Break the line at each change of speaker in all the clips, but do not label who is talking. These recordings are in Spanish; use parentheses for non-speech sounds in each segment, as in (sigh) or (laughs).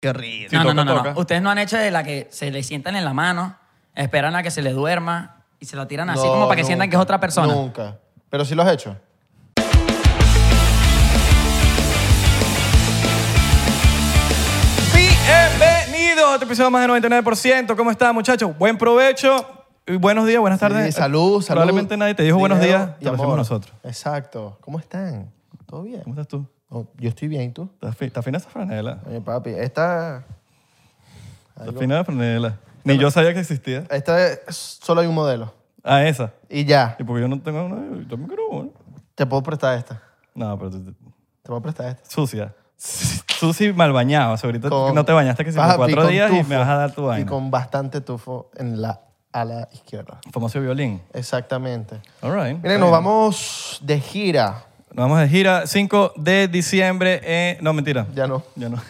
Qué horrible.
Sí,
no,
toca,
no, no, no,
toca.
no. Ustedes no han hecho de la que se le sientan en la mano, esperan a que se le duerma y se la tiran así
No,
como para que
nunca,
sientan que es otra persona.
Nunca. Pero sí lo has hecho.
Bienvenidos a otro episodio más de 99%. ¿Cómo están, muchachos? Buen provecho. Y Buenos días, buenas tardes.
Sí, salud, salud.
Probablemente nadie te dijo buenos
Dinero
días.
y
Te lo hacemos
amor.
nosotros.
Exacto. ¿Cómo están? ¿Todo bien?
¿Cómo estás tú?
No, yo estoy bien, ¿y tú?
¿Estás fi- estás fina esa franela?
Oye, papi, esta...
¿Estás fina la franela? Ni yo sabía que existía.
Esta es- solo hay un modelo.
Ah, esa.
Y ya.
Y porque yo no tengo una, yo me quiero una.
Te puedo prestar esta.
No, pero tú- tú-
Te puedo prestar esta.
sucia. Sucia y mal bañado. O sea, ahorita
Con-
no te bañaste que si
papi,
por cuatro
con
días y
tufo.
me vas a dar tu
Y
vaina.
con bastante tufo en la ala izquierda.
Famoso violín.
Exactamente.
All right.
Miren, nos vamos de gira.
Nos vamos de gira 5 de diciembre. en- No, mentira.
Ya no.
Ya no.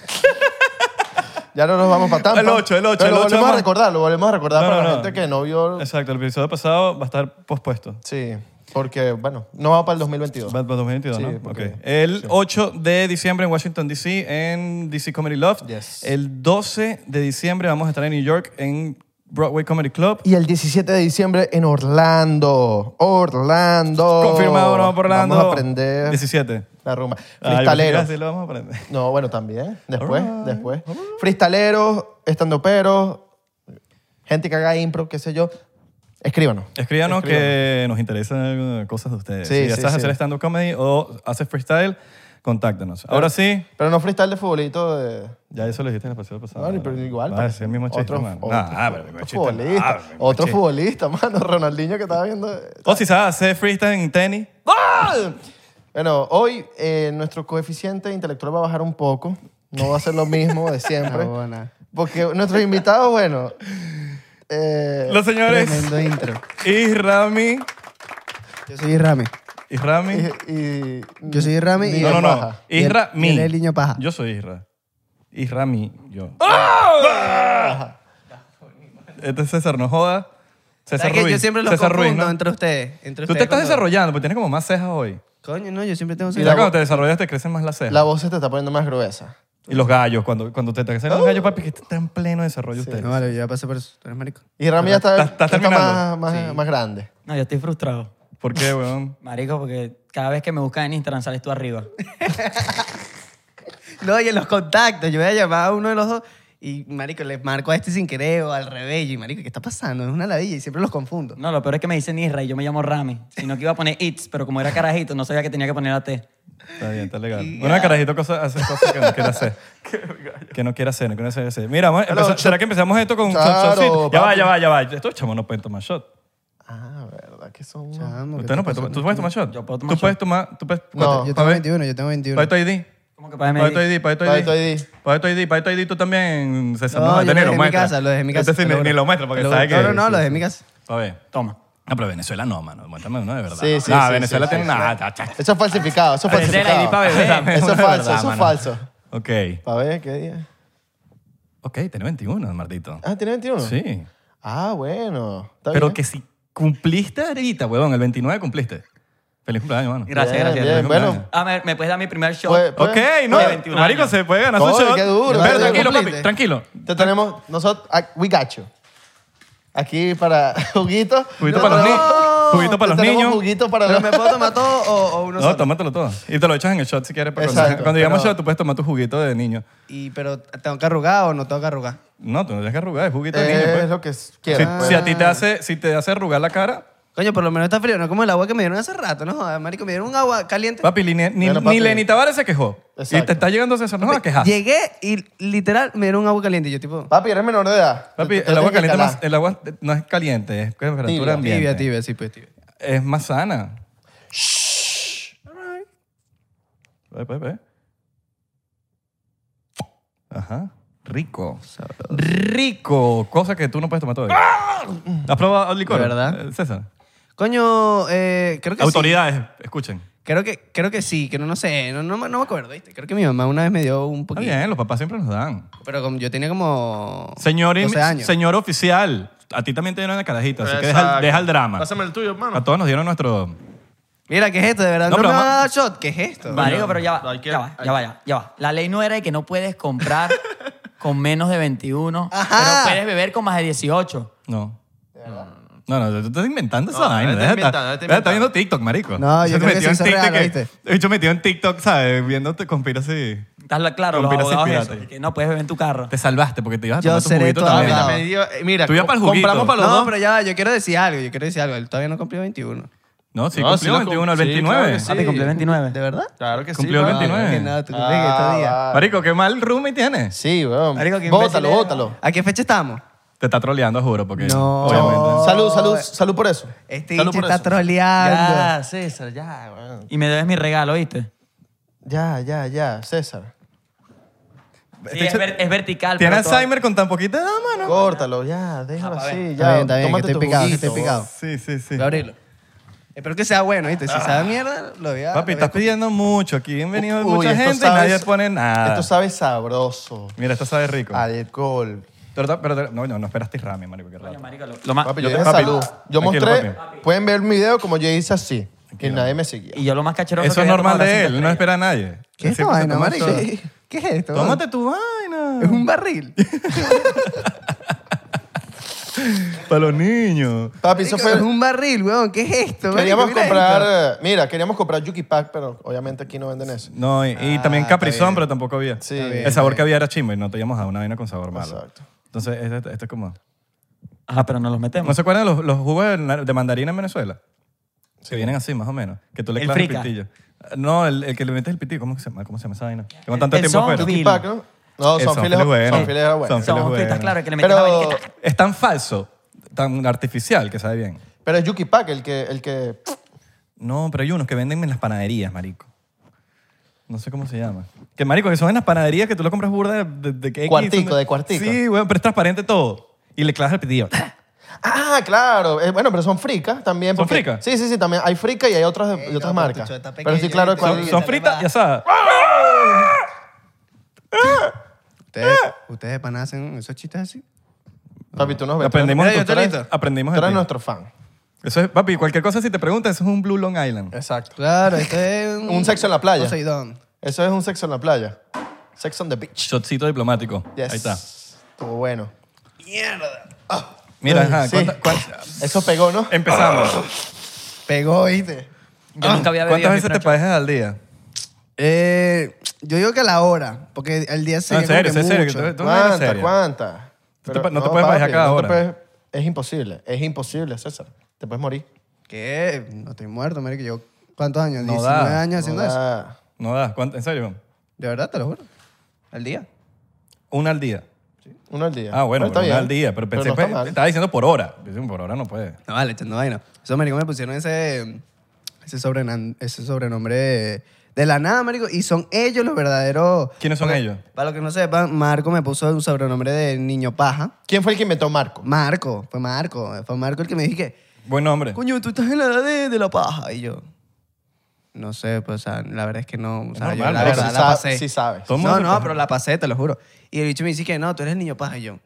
Ya no nos vamos para tanto.
El ocho, el ocho, el
Lo
ocho
volvemos
es
a
más-
recordar, lo volvemos a recordar
No,
para
no,
la
no.
gente que no vio.
Exacto, el episodio pasado va a estar pospuesto.
Sí, porque, bueno, no va para el 2022.
Va para 2022,
Sí,
¿no?
porque-
Ok. El 8 de diciembre en Washington, D.C., en DC Comedy Loft.
Yes.
El 12 de diciembre vamos a estar en New York, en Broadway Comedy Club.
Y el 17 de diciembre en Orlando. Orlando.
Confirmado, no, por Orlando.
Oh, Vamos a aprender
17.
la rumba.
Ah, yo
Cristaleros.
pensé que así lo vamos a aprender.
No, bueno, también. Después,
Alright,
después. Cristaleros, estandoperos, gente que haga impro, qué sé yo. Escríbanos.
Escríbanos que nos interesan eh, cosas de ustedes.
Sí,
si ya
sí,
estás
sí.
hacer stand-up comedy o haces freestyle, contáctanos. Ahora sí,
Pero no freestyle de futbolito de...
ya eso lo dijiste en el episodio pasado.
No, ni- pero igual.
Va a ser el mismo chiste,
otro,
mano.
otro-
Nah, pero el mismo
otro
chiste, nah,
futbolista.
pero el mismo
otro
chiste.
futbolista, (laughs) mano. Ronaldinho que estaba viendo.
O si Oh, sabes hacer freestyle en tenis.
Bueno, hoy eh, nuestro coeficiente intelectual va a bajar un poco. No va a ser lo mismo de
(laughs)
siempre.
Buena.
porque nuestros invitados, bueno. eh,
Los señores
Tremendo intro.
(laughs) Isrami.
Yo soy Rami.
Isrami.
(laughs) y, y-
Yo soy Rami y-
No, no, no.
Baja.
Isrami.
Y él es el niño paja.
Yo soy Isra. Isrami, yo.
¡Oh!
Este es César, no joda. César
¿Sabes qué?
Ruiz.
yo siempre los
César Ruiz,
confundo
¿no?
entre ustedes. Entre
Tú
ustedes
te estás
cuando-
desarrollando, porque tienes como más cejas hoy.
Coño, no, yo siempre tengo...
Y ya cuando te desarrollas te crecen más las cejas.
La voz se te está poniendo más gruesa.
Y los gallos, cuando, cuando te crecen los gallos, papi, que está en pleno desarrollo usted.
No, vale, yo ya pasé por eso. Tú eres marico.
Y Rami ya está,
Estás- estás
ya está
terminando.
más, más, más grande.
No, yo estoy frustrado.
¿Por qué, weón?
Marico, porque cada vez que me buscan en Instagram sales tú arriba.
No, y en los contactos. Yo voy a llamar a uno de los dos y, marico, les marco a este sin querer o al revés. Y, marico, ¿qué está pasando? Es una ladilla y siempre los confundo.
No, lo peor es que me dicen Isra y yo me llamo Rami. Sino que iba a poner It's, pero como era carajito, no sabía que tenía que poner la T.
Está bien, está legal. Bueno, el carajito cosa, hace cosas que no quiere hacer. que no quiere hacer, no quiere hacer. hacer. Mira, vamos a
Hello,
empezar-
shot.
¿será que empezamos esto con un
Claro,
shot, shotcito? Ya va,
papi.
ya va, ya va. Estos chamos no pueden tomar shot.
Ah, verdad que son.
Chamo, ¿qué
Usted no
te
puede
pasa?
tomar, ¿Tú puedes tomar shot?
Yo puedo tomar
¿Tú
shot.
Puedes tomar, ¿Tú puedes
No,
Yo
pa'
tengo
ver-
21, yo tengo 21.
¿Para tu ID?
Como que para
¿Para tu
medir.
ID? ¿Para tu ID?
Págame tu ID.
¿Para tu ID? ¿Para tu ID tú también, César?
No, yo lo
este ni
dejé en mi
muestra.
casa, lo dejé en mi casa,
Este sí ni,
te lo
ni
juro.
lo muestra porque
Te lo
sabe
juro.
que...
No, no, no, lo dejé en mi casa.
A ver.
Toma.
No, pero Venezuela no, mano. Muéstrame uno de verdad.
Sí, sí,
No,
sí,
Venezuela
sí,
tiene
sí,
una...
Eso es falsificado, eso es
Ese era
falsificado.
ID para
(laughs)
bebé.
Dame
Eso
uno
es
de
falso,
verdad,
eso es
mano.
falso.
Ok.
Para ver qué día.
Ok, tiene 21, Martito.
Ah, tiene 21.
Sí.
Ah, bueno. Está
Pero
bien.
que si cumpliste ahorita, huevón, el 29 cumpliste. Feliz cumpleaños, mano.
Gracias,
Bien,
gracias.
bien, bueno.
A ver, Ah, ¿me puedes dar mi primer shot?
Pues-
Ok, no,
Oye,
21
marico,
años.
se puede ganar su
Oye,
shot.
qué duro,
Pero
qué
tranquilo,
duro.
papi, tranquilo.
Te tenemos, nosotros, ah, we got you. Aquí para (laughs) juguitos.
Juguito
Te
para los
tenemos-
niños, juguito
te
para los
tenemos
niños.
Juguito para
¿Pero
los
me
(laughs)
puedo tomar todo o, o uno
No,
solo?
tómatelo todo. Y te lo echas en el shot si quieres. para cuando-
Exacto,
cuando digamos
pero-
shot, tú puedes tomar tu juguito de niño.
Y, pero, ¿tengo que arrugar o no tengo que arrugar?
No, tú no tienes que arrugar, es juguito de niño.
Es
pues.
eh, lo que s-
Si,
quieras. pues.
si a ti te hace, si te hace arrugar la cara,
Coño, por lo menos está frío, no como el agua que me dieron hace rato, no jodas, marico, me dieron un agua caliente.
papi, ni, ni,
Bueno,
ni
papi.
Lenny Tavares se quejó. Y te
Exacto.
está llegando César, no va a quejar.
Llegué y literal me dieron un agua caliente. y Yo tipo,
Papi, eres menor de edad.
Papi,
Tú- tú
el
tienes
agua
que
caliente
calar.
más, el agua no es caliente, es temperatura
Tibia.
ambiente.
tibia, tibia, sí, pues tibia.
Es más sana. Ve, ve, ve. Ajá. Rico. Rico. Cosa que tú no puedes tomar todavía. Ah. ¿Has probado licor?
¿De verdad?
Eh, César.
Coño, eh, creo que
Autoridades, escuchen.
sí. Creo que, creo que sí, que no, no sé, no, no, me- no me acuerdo, ¿viste? Creo que mi mamá una vez me dio un
Está
poquito.
bien, los papás siempre nos dan.
Pero como yo tenía como.
Señor, y-
12 años.
señor oficial, a ti también te dieron la carajita, así que deja, el- deja el drama.
Pásame el tuyo, hermano.
A todos nos dieron nuestro...
Mira, ¿qué es esto? De verdad,
No,
no,
pero
me
mamá-
van a dar shot, ¿qué es esto?
Marico, pero ya va,
Hay que-
ya va,
hay-
ya va, ya va. La ley no era de que no puedes comprar con menos de 21,
Ajá.
pero puedes beber con más de 18.
No. No, no, tú estás inventando esa
No, no,
vaina.
estoy
deja-
inventando, no
deja-
estoy
deja- Estás
inventando.
viendo TikTok, marico.
No,
Ese
yo creo que
metido
sí,
en
eso es
TikTok
real,
que-
¿oíste?
de hecho, metido en TikTok, ¿sabes? Viéndote conspiras así.
Estás la- claro, los
Conspiracy
abogados
pirata.
eso, de que no puedes beber en tu carro.
Te salvaste porque te ibas a
Yo
tomar tu
seré
juguito
tu
también.
abogado.
Me dio- eh, mira,
Tú ibas para el
com-
juguito.
compramos para los
No,
dos.
pero ya, va, yo quiero decir algo, yo quiero decir algo. Él todavía no cumplió 21.
No, sí,
No, sí
cumplió
lo
21 al
cum- sí,
29.
claro que sí.
Papi, cumplí 29.
¿De verdad?
Claro que sí.
Cumplió el
mano.
29.
Que no, tú cumpliste que estos días.
Ah,
Marico, qué mal roomie tienes.
Sí, weón.
Marico, qué
bótalo,
imbécil eres.
bótalo.
¿A qué fecha estamos?
Te está troleando, juro, porque
No.
obviamente.
Oh.
Salud, salud, salud por eso.
Este
Salud
hincha
por
está
eso.
troleando.
Ya, César, ya, weón.
Y me debes mi regalo, ¿viste?
Ya, ya, ya, César.
Sí, es, ver- es vertical.
Tiene
pero todo-
Alzheimer con tan poquita edad, mano.
Córtalo, ya, déjalo
Ah, pa'
así,
ver.
ya.
Está bien, está bien,
tómate
que
tu
estoy picado, que
juguito,
estoy picado.
Sí, sí, sí.
Voy a abrirlo. Espero Eh, que sea bueno, ¿viste? Si sabe mierda, lo voy a...
Papi,
lo voy a-
estás pidiendo mucho. Aquí han venido
Uy,
mucha
esto
gente y
sabe-
nadie pone nada.
Esto sabe Ah, sabroso.
Mira, esto sabe rico.
Alcohol.
Pero, pero- pero- no, no, no esperaste rame, marico, qué
Coño,
raro.
marico, lo- lo más-
Papi, yo,
yo te-
dije
papi,
salud. Yo
tranquilo,
mostré,
papi.
pueden ver mi video como yo hice así, que nadie me seguía.
y yo lo más cacheroso
Eso
que
es
había
normal
tomado la
de él,
cinta
él no espera a nadie.
¿Qué
Él
es
siempre se
esta vaina,
toma
marico?
(laughs)
todo.
¿Qué es esto?
Tómate tu vaina.
Es un barril.
Para los niños.
Papi, eso fue...
Es un barril, weón. ¿Qué es esto? marico?
Queríamos
Mira
comprar,
esto.
eh, mira, queríamos comprar Yuki Pack, pero obviamente aquí no venden eso.
No, y, y también
está
Caprizón,
bien.
pero tampoco había.
Ah, Sí. Está bien,
El sabor
está
que había era chimbo y no te íbamos a dar una vaina con sabor malo.
Exacto.
Entonces, esto, esto es como...
ahí. Ajá, pero no los
¿No
metemos.
se acuerdan de los, los jugos de, na- de mandarina en Venezuela? Que vienen así, más o menos. Que tú le
El
clavas el
frica.
pitillo. No, el, el que le metes el pitillo. ¿Cómo, que se, llama? ¿Cómo se llama esa vaina? Que van tanto
el
tiempo afuera.
zombie.
Yuki Pack, ¿no? No,
El
son
Sonfil
files
es bueno.
son files bueno.
Son-
Son
pero
fritas,
bueno.
claro, que le meten la
Pero,
vainita.
Es tan falso, tan artificial, que sabe bien.
pero es Yuki Pack el que, el que...
No, pero hay unos que venden en las panaderías, marico. No sé cómo se llama. Que, marico, que son en las panaderías que tú lo compras burda de, de, de que X,
Cuartico,
son
de cuartico.
Sí, bueno, pero es transparente todo. Y le clavas el pitillo.
Ah, claro. Eh, bueno, pero son fricas también.
¿Son
porque-
fricas?
Sí, sí, sí, también. Hay fricas y hay otras, de-
Ey,
y otras
no, pero
marcas.
tu chota
Pero sí,
pequeña,
claro,
¿viste?
cuál-
son, son fritas y asadas.
Ustedes, ustedes de pana hacen esos chistes así.
Papi, tú nos ves.
Aprendimos
Mira,
de
yo
tu- tú eres-
estoy listo.
Tú
Aprendimos de
eres
ti.
nuestro fan.
Eso es, papi, cualquier cosa si te preguntas, eso es un Blue Long Island.
Exacto.
Claro, esto es un...
Un sexo en la playa.
Poseidón.
Eso es un sexo en la playa. Sex on the beach.
Shotcito diplomático.
Yes.
Ahí está.
Estuvo bueno.
Mira,
Ay,
ajá,
sí.
¿cuánta- cuánta-
Eso pegó, ¿no?
empezamos.
Pegó, ¿viste?
Yo nunca había bebido.
¿Cuántas
mi
veces te
Francho.
parejas al día?
Eh, yo digo que a la hora, porque el día
No,
sería
en serio,
como
en
que
serio. que
mucho.
tú- tú no eres
¿Cuánta?
serio.
¿Cuánta?
Tú te pa- no te puedes bajar cada
no te
hora.
puedes- es imposible. Es imposible, César. Te puedes morir.
¿Qué? No estoy muerto, marico. Yo, ¿cuántos años?
No
19
da,
años haciendo
No
eso.
da.
No da, ¿cuánto- en serio.
De verdad, te lo juro. Al día.
Una al día.
Uno al día.
Ah, bueno,
está
pero una
bien.
al día. Pero pensé,
no está
pe-
mal.
estaba diciendo por hora. Dicen, por hora no puede.
No, vale, echando vaina. Esos maricos me pusieron ese, ese, sobrenan- ese sobrenombre de, de la nada, marico. Y son ellos los verdaderos...
¿Quiénes son
Porque,
ellos?
Para los que no sepan, Marco me puso un sobrenombre de niño paja.
¿Quién fue el que inventó Marco?
Marco, fue Marco. Fue Marco el que me dije que...
Buen nombre.
Coño, tú estás en la edad de, de la paja. Y yo... No sé, pues, o sea, la verdad es que no. O sea, yo
normal,
la
marico,
verdad
si
la
sa-
pasé.
si sabes.
Todo el mundo
No,
se
no,
pasa.
pero la pasé, te lo juro. Y el bicho me dice que no, tú eres el niño paja. Y yo,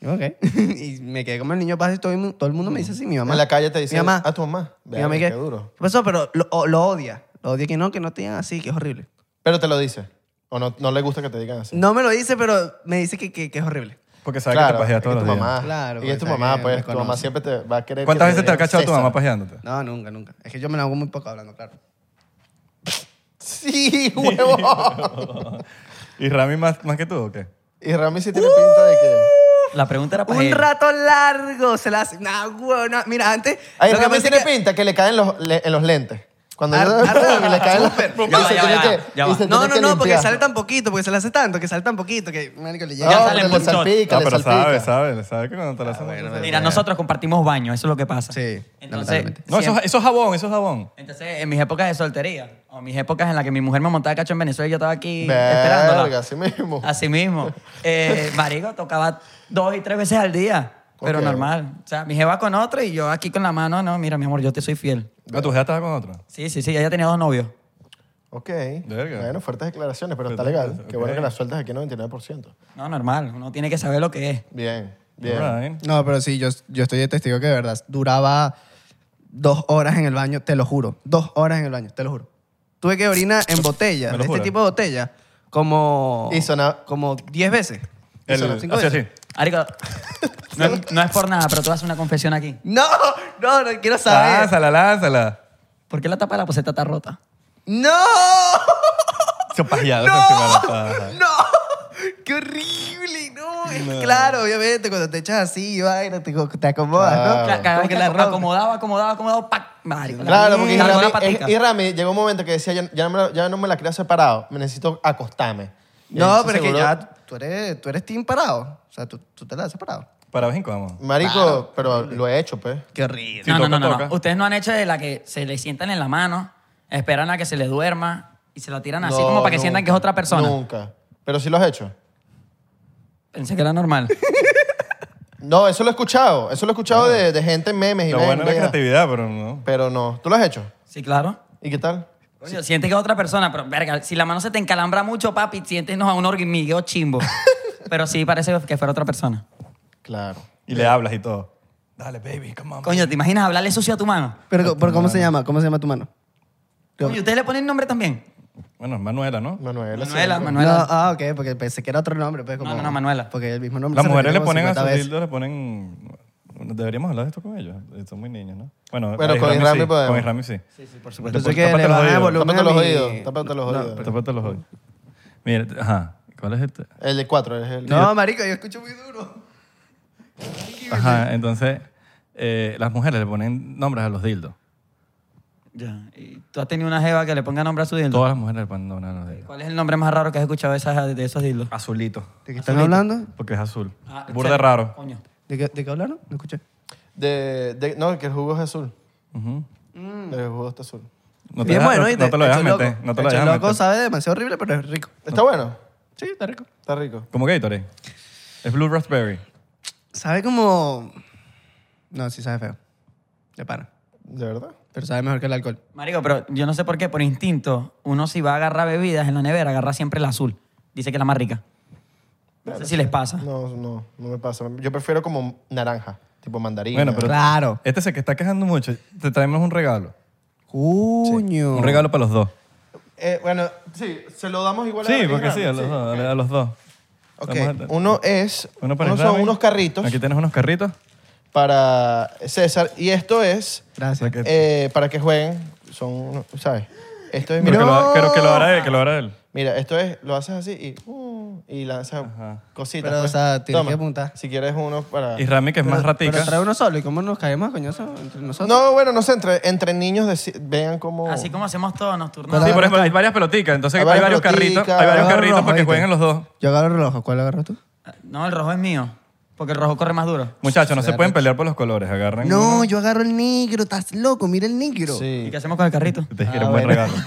yo, ok. (laughs) y me quedé como el niño paja y todo, el mu- todo el mundo me dice así. Mi mamá.
En la calle te dice
Mi mamá.
a tu mamá.
mi mamá
Verga,
que,
qué duro.
¿Qué pasó? Pero lo, o- lo odia. Lo odia que no, que no te digan así, que es horrible.
Pero te lo dice. O no, no le gusta que te digan así.
No me lo dice, pero me dice que, que, que es horrible.
Porque sabe
claro,
que te pajeas
es que
todos los
tu
días.
mamá.
Claro,
y es tu
porque
mamá,
me
pues. Tu mamá
conoce.
siempre te va a querer.
¿Cuántas
que
veces te ha
digan
cachado tu
César?
mamá pajeándote?
No, nunca, nunca. Es que yo me la hago muy poco hablando, claro.
pues? (laughs)
Sí, huevo.
¿Y Rami más, más que tú o qué?
y Rami
(laughs)
sí tiene pinta de que.
La pregunta era para
Un
él.
rato largo se la hace. Nah, güey, no. Mira, antes.
Ay,
lo que
Rami
pasa es
tiene
que-
pinta que le caen los, le- en los lentes. Cuando yo
Ar- ar-
y le caen los
súper.
Ya
y
va,
se
ya
tiene
va,
que-
ya va.
y se
No,
tiene
no,
que
no, porque
limpiar.
sale tan poquito, porque se la hace tanto, que sale tan poquito, que, marico, le
No,
llega.
Ya
pero
sale
le
el punzón.
salpica,
No,
le
Ah, pero
salpica. Ah,
sabe, sabe. Sabe que cuando te la hacen...
Mira, nosotros compartimos baño, eso es lo que pasa.
Sí,
Entonces,
lamentablemente.
no, eso,
siempre-
es- eso es jabón, eso es jabón.
Entonces, en mis épocas de soltería, o mis épocas en las que mi mujer me montaba cacho en Venezuela y yo estaba aquí
Verga,
esperándola.
así (laughs) mismo.
Así mismo. Eh, marico, tocaba dos y tres veces al día, pero
Ok.
normal. O sea, mi jeva con otro y yo aquí con la mano, no, mira, mi amor, yo te soy fiel.
¿A Ah, tu jefa estaba con otro?
Sí, sí, sí, ella tenía dos novios.
Ok.
Verga.
Bueno, fuertes declaraciones, pero está
Fuertes
legal.
declaraciones,
Qué bueno
ok.
que las sueltas aquí 99%.
No, normal, uno tiene que saber lo que es.
Bien, bien.
Right.
No, pero sí, yo, yo estoy de testigo que de verdad duraba dos horas en el baño, te lo juro. Dos horas en el baño, te lo juro. Tuve que orinar en botella,
¿Me lo
de este
juras?
tipo de botella, Como.
Y sonaba-
Como 10 veces. Y
El-
sonaba cinco
así,
veces.
así.
Marico, no, es- no es por nada, pero tú haces una confesión aquí.
No, no, no quiero saber.
Lánzala, lánzala.
¿Por qué la tapa de la poseta está rota?
¡No!
Se
(laughs)
pajeado
¡No! (laughs)
esa semana pasada.
¡No! ¡Qué horrible! No, es claro, obviamente, cuando te echas así, vaina, te, te acomodas, ¿no?
Claro.
Ca- Cada
Como
vez
que
que
la
ac-
rompe.
acomodaba, acomodaba, acomodaba, ¡pac! Marico,
Claro, porque
largó
Irami,
la patica.
es- Irami llegó un momento que decía, ya, ya no, me la, ya no me la quiero separado, me necesito acostarme. Y
No,
él se
pero es que
aseguró-
ya tú eres, tú eres team parado. O sea, tú, tú te la has separado.
Para vez vamos.
Marico, pero lo he hecho, pues.
Qué horrible.
Sí,
no, no,
toca,
no, no,
toca.
no. Ustedes no han hecho de la que se le sientan en la mano, esperan a que se le duerma y se la tiran así
No,
como para que
nunca,
sientan que es otra persona.
Nunca. Pero sí lo has hecho.
Pensé que era (laughs) normal.
No, eso lo he escuchado. Eso lo he escuchado de, de gente en memes y
Lo
vaina,
bueno es la
ya.
creatividad, pero no.
Pero no, tú lo has hecho.
Sí, claro.
¿Y qué tal?
Coño, sientes que es otra persona, pero verga, si la mano se te encalambra mucho, papi, sientes no, a un hormigueo (laughs) chimbo. pero sí, parece que fuera otra persona.
Claro.
Y le hablas y todo. Dale, baby, come on.
Coño, ¿te imaginas hablarle sucio a tu mano?
Pero, pero ¿cómo se llama? ¿Cómo se llama tu mano?
Coño, ¿ustedes le ponen nombre también?
Bueno, Manuela, ¿no?
Manuela. sí.
Manuela,
No,
Manuela.
ah, ok, porque pensé que era otro nombre. Pues, como,
No, no, no, Manuela.
Porque el mismo nombre.
Las
se
mujeres le
repite como
ponen a
50
sus
veces.
dildos, le ponen... Deberíamos hablar de esto con ellos. eh, Son muy niños, ¿no? Bueno,
Bueno,
a
con
Isrami
Isrami
sí,
podemos.
Con Isrami sí.
Sí, sí, por
Yo
supuesto.
sé
Tapo-
que
tápate
le
los
bajan el
oídos,
volumen
tápate
a
los
mi-
oídos, tápate los oídos.
Te faltan los oídos. Mira, ajá. ¿Cuál es este?
El de cuatro es el.
No, marico, yo escucho muy duro.
Ajá, entonces... eh, las mujeres le ponen nombres a los dildos.
Ya. ¿Y ¿Tú has tenido una jeva que le ponga nombre a su dildo?
Todas las mujeres le ponen nombres a los dildos.
¿Cuál es el nombre más raro que has escuchado de, esas, de esos dildos?
Azulito.
¿De qué están hablando?
Porque es azul.
Ah, sí.
Burda raro.
Coño.
¿De qué, de qué hablaron? No escuché.
De, de- no, que el jugo es azul.
Ujú.
Mm.
El jugo está azul.
No te
Bien
dejas-
bueno,
no-
¿viste?
no te lo
Hecho
dejas meter.
loco.
No te lo
Hecho
dejas
loco
meter.
sabe demasiado horrible, pero es rico.
Está bueno.
Sí, está rico.
Está rico.
Como Gatorade. Es Blue Raspberry.
Sabe como... No, sí sabe feo. De pana.
¿De verdad?
Pero sabe mejor que el alcohol.
Marico, pero yo no sé por qué, por instinto, uno si va a agarrar bebidas en la nevera, agarra siempre la azul. Dice que es la más rica. No sé si les pasa.
No, no, no me pasa. Yo prefiero como naranja, tipo mandarina.
Bueno, pero-
Claro.
Este se que está quejando mucho. Te traemos un regalo.
Cuño.
Un regalo para los dos.
Eh, bueno, sí, se lo damos igual a
Sí,
Rami
porque sí,
Rami,
a los dos. a- A los dos.
Ok,
Vamos a-
uno es,
uno
uno
para
son
Israel.
unos carritos
Aquí tienes unos carritos.
para César y esto es
Gracias.
Porque-
eh, para que jueguen, son, unos- ¿sabes? Esto es,
Pero que
mira,
lo, ha- pero que lo hará él, que lo hará él.
mira, esto es, lo haces así y, uh, y lanzas cositas.
Pero, o
pues.
sea, tienes
Toma,
que apuntar.
Si quieres uno para...
Y Rami, que es más
Pero trae
ratica.
uno solo. ¿Y cómo nos caemos, coñazo, entre nosotros?
No, bueno, no sé, entre, entre niños deci- vean cómo...
Así como hacemos todos, nos
Sí,
turnamos.
por ejemplo, hay varias peloticas. Entonces
Hay
hay
varias
varios
peloticas, Ah,
carritos. Hay varios
agarro
carritos
rojo,
para que
¿viste?
juegan los dos.
Yo agarro el rojo. ¿Cuál agarras tú?
No, el rojo es mío, porque el rojo corre más duro.
Muchachos, no se pueden pelear por los colores. Agarren.
No,
uno.
yo agarro el negro. Estás loco. Mira el negro.
¿Y
Sí,
qué hacemos con el carrito?
Yo te dije que
Ah,
era un buen
bueno. Ah.
regalo.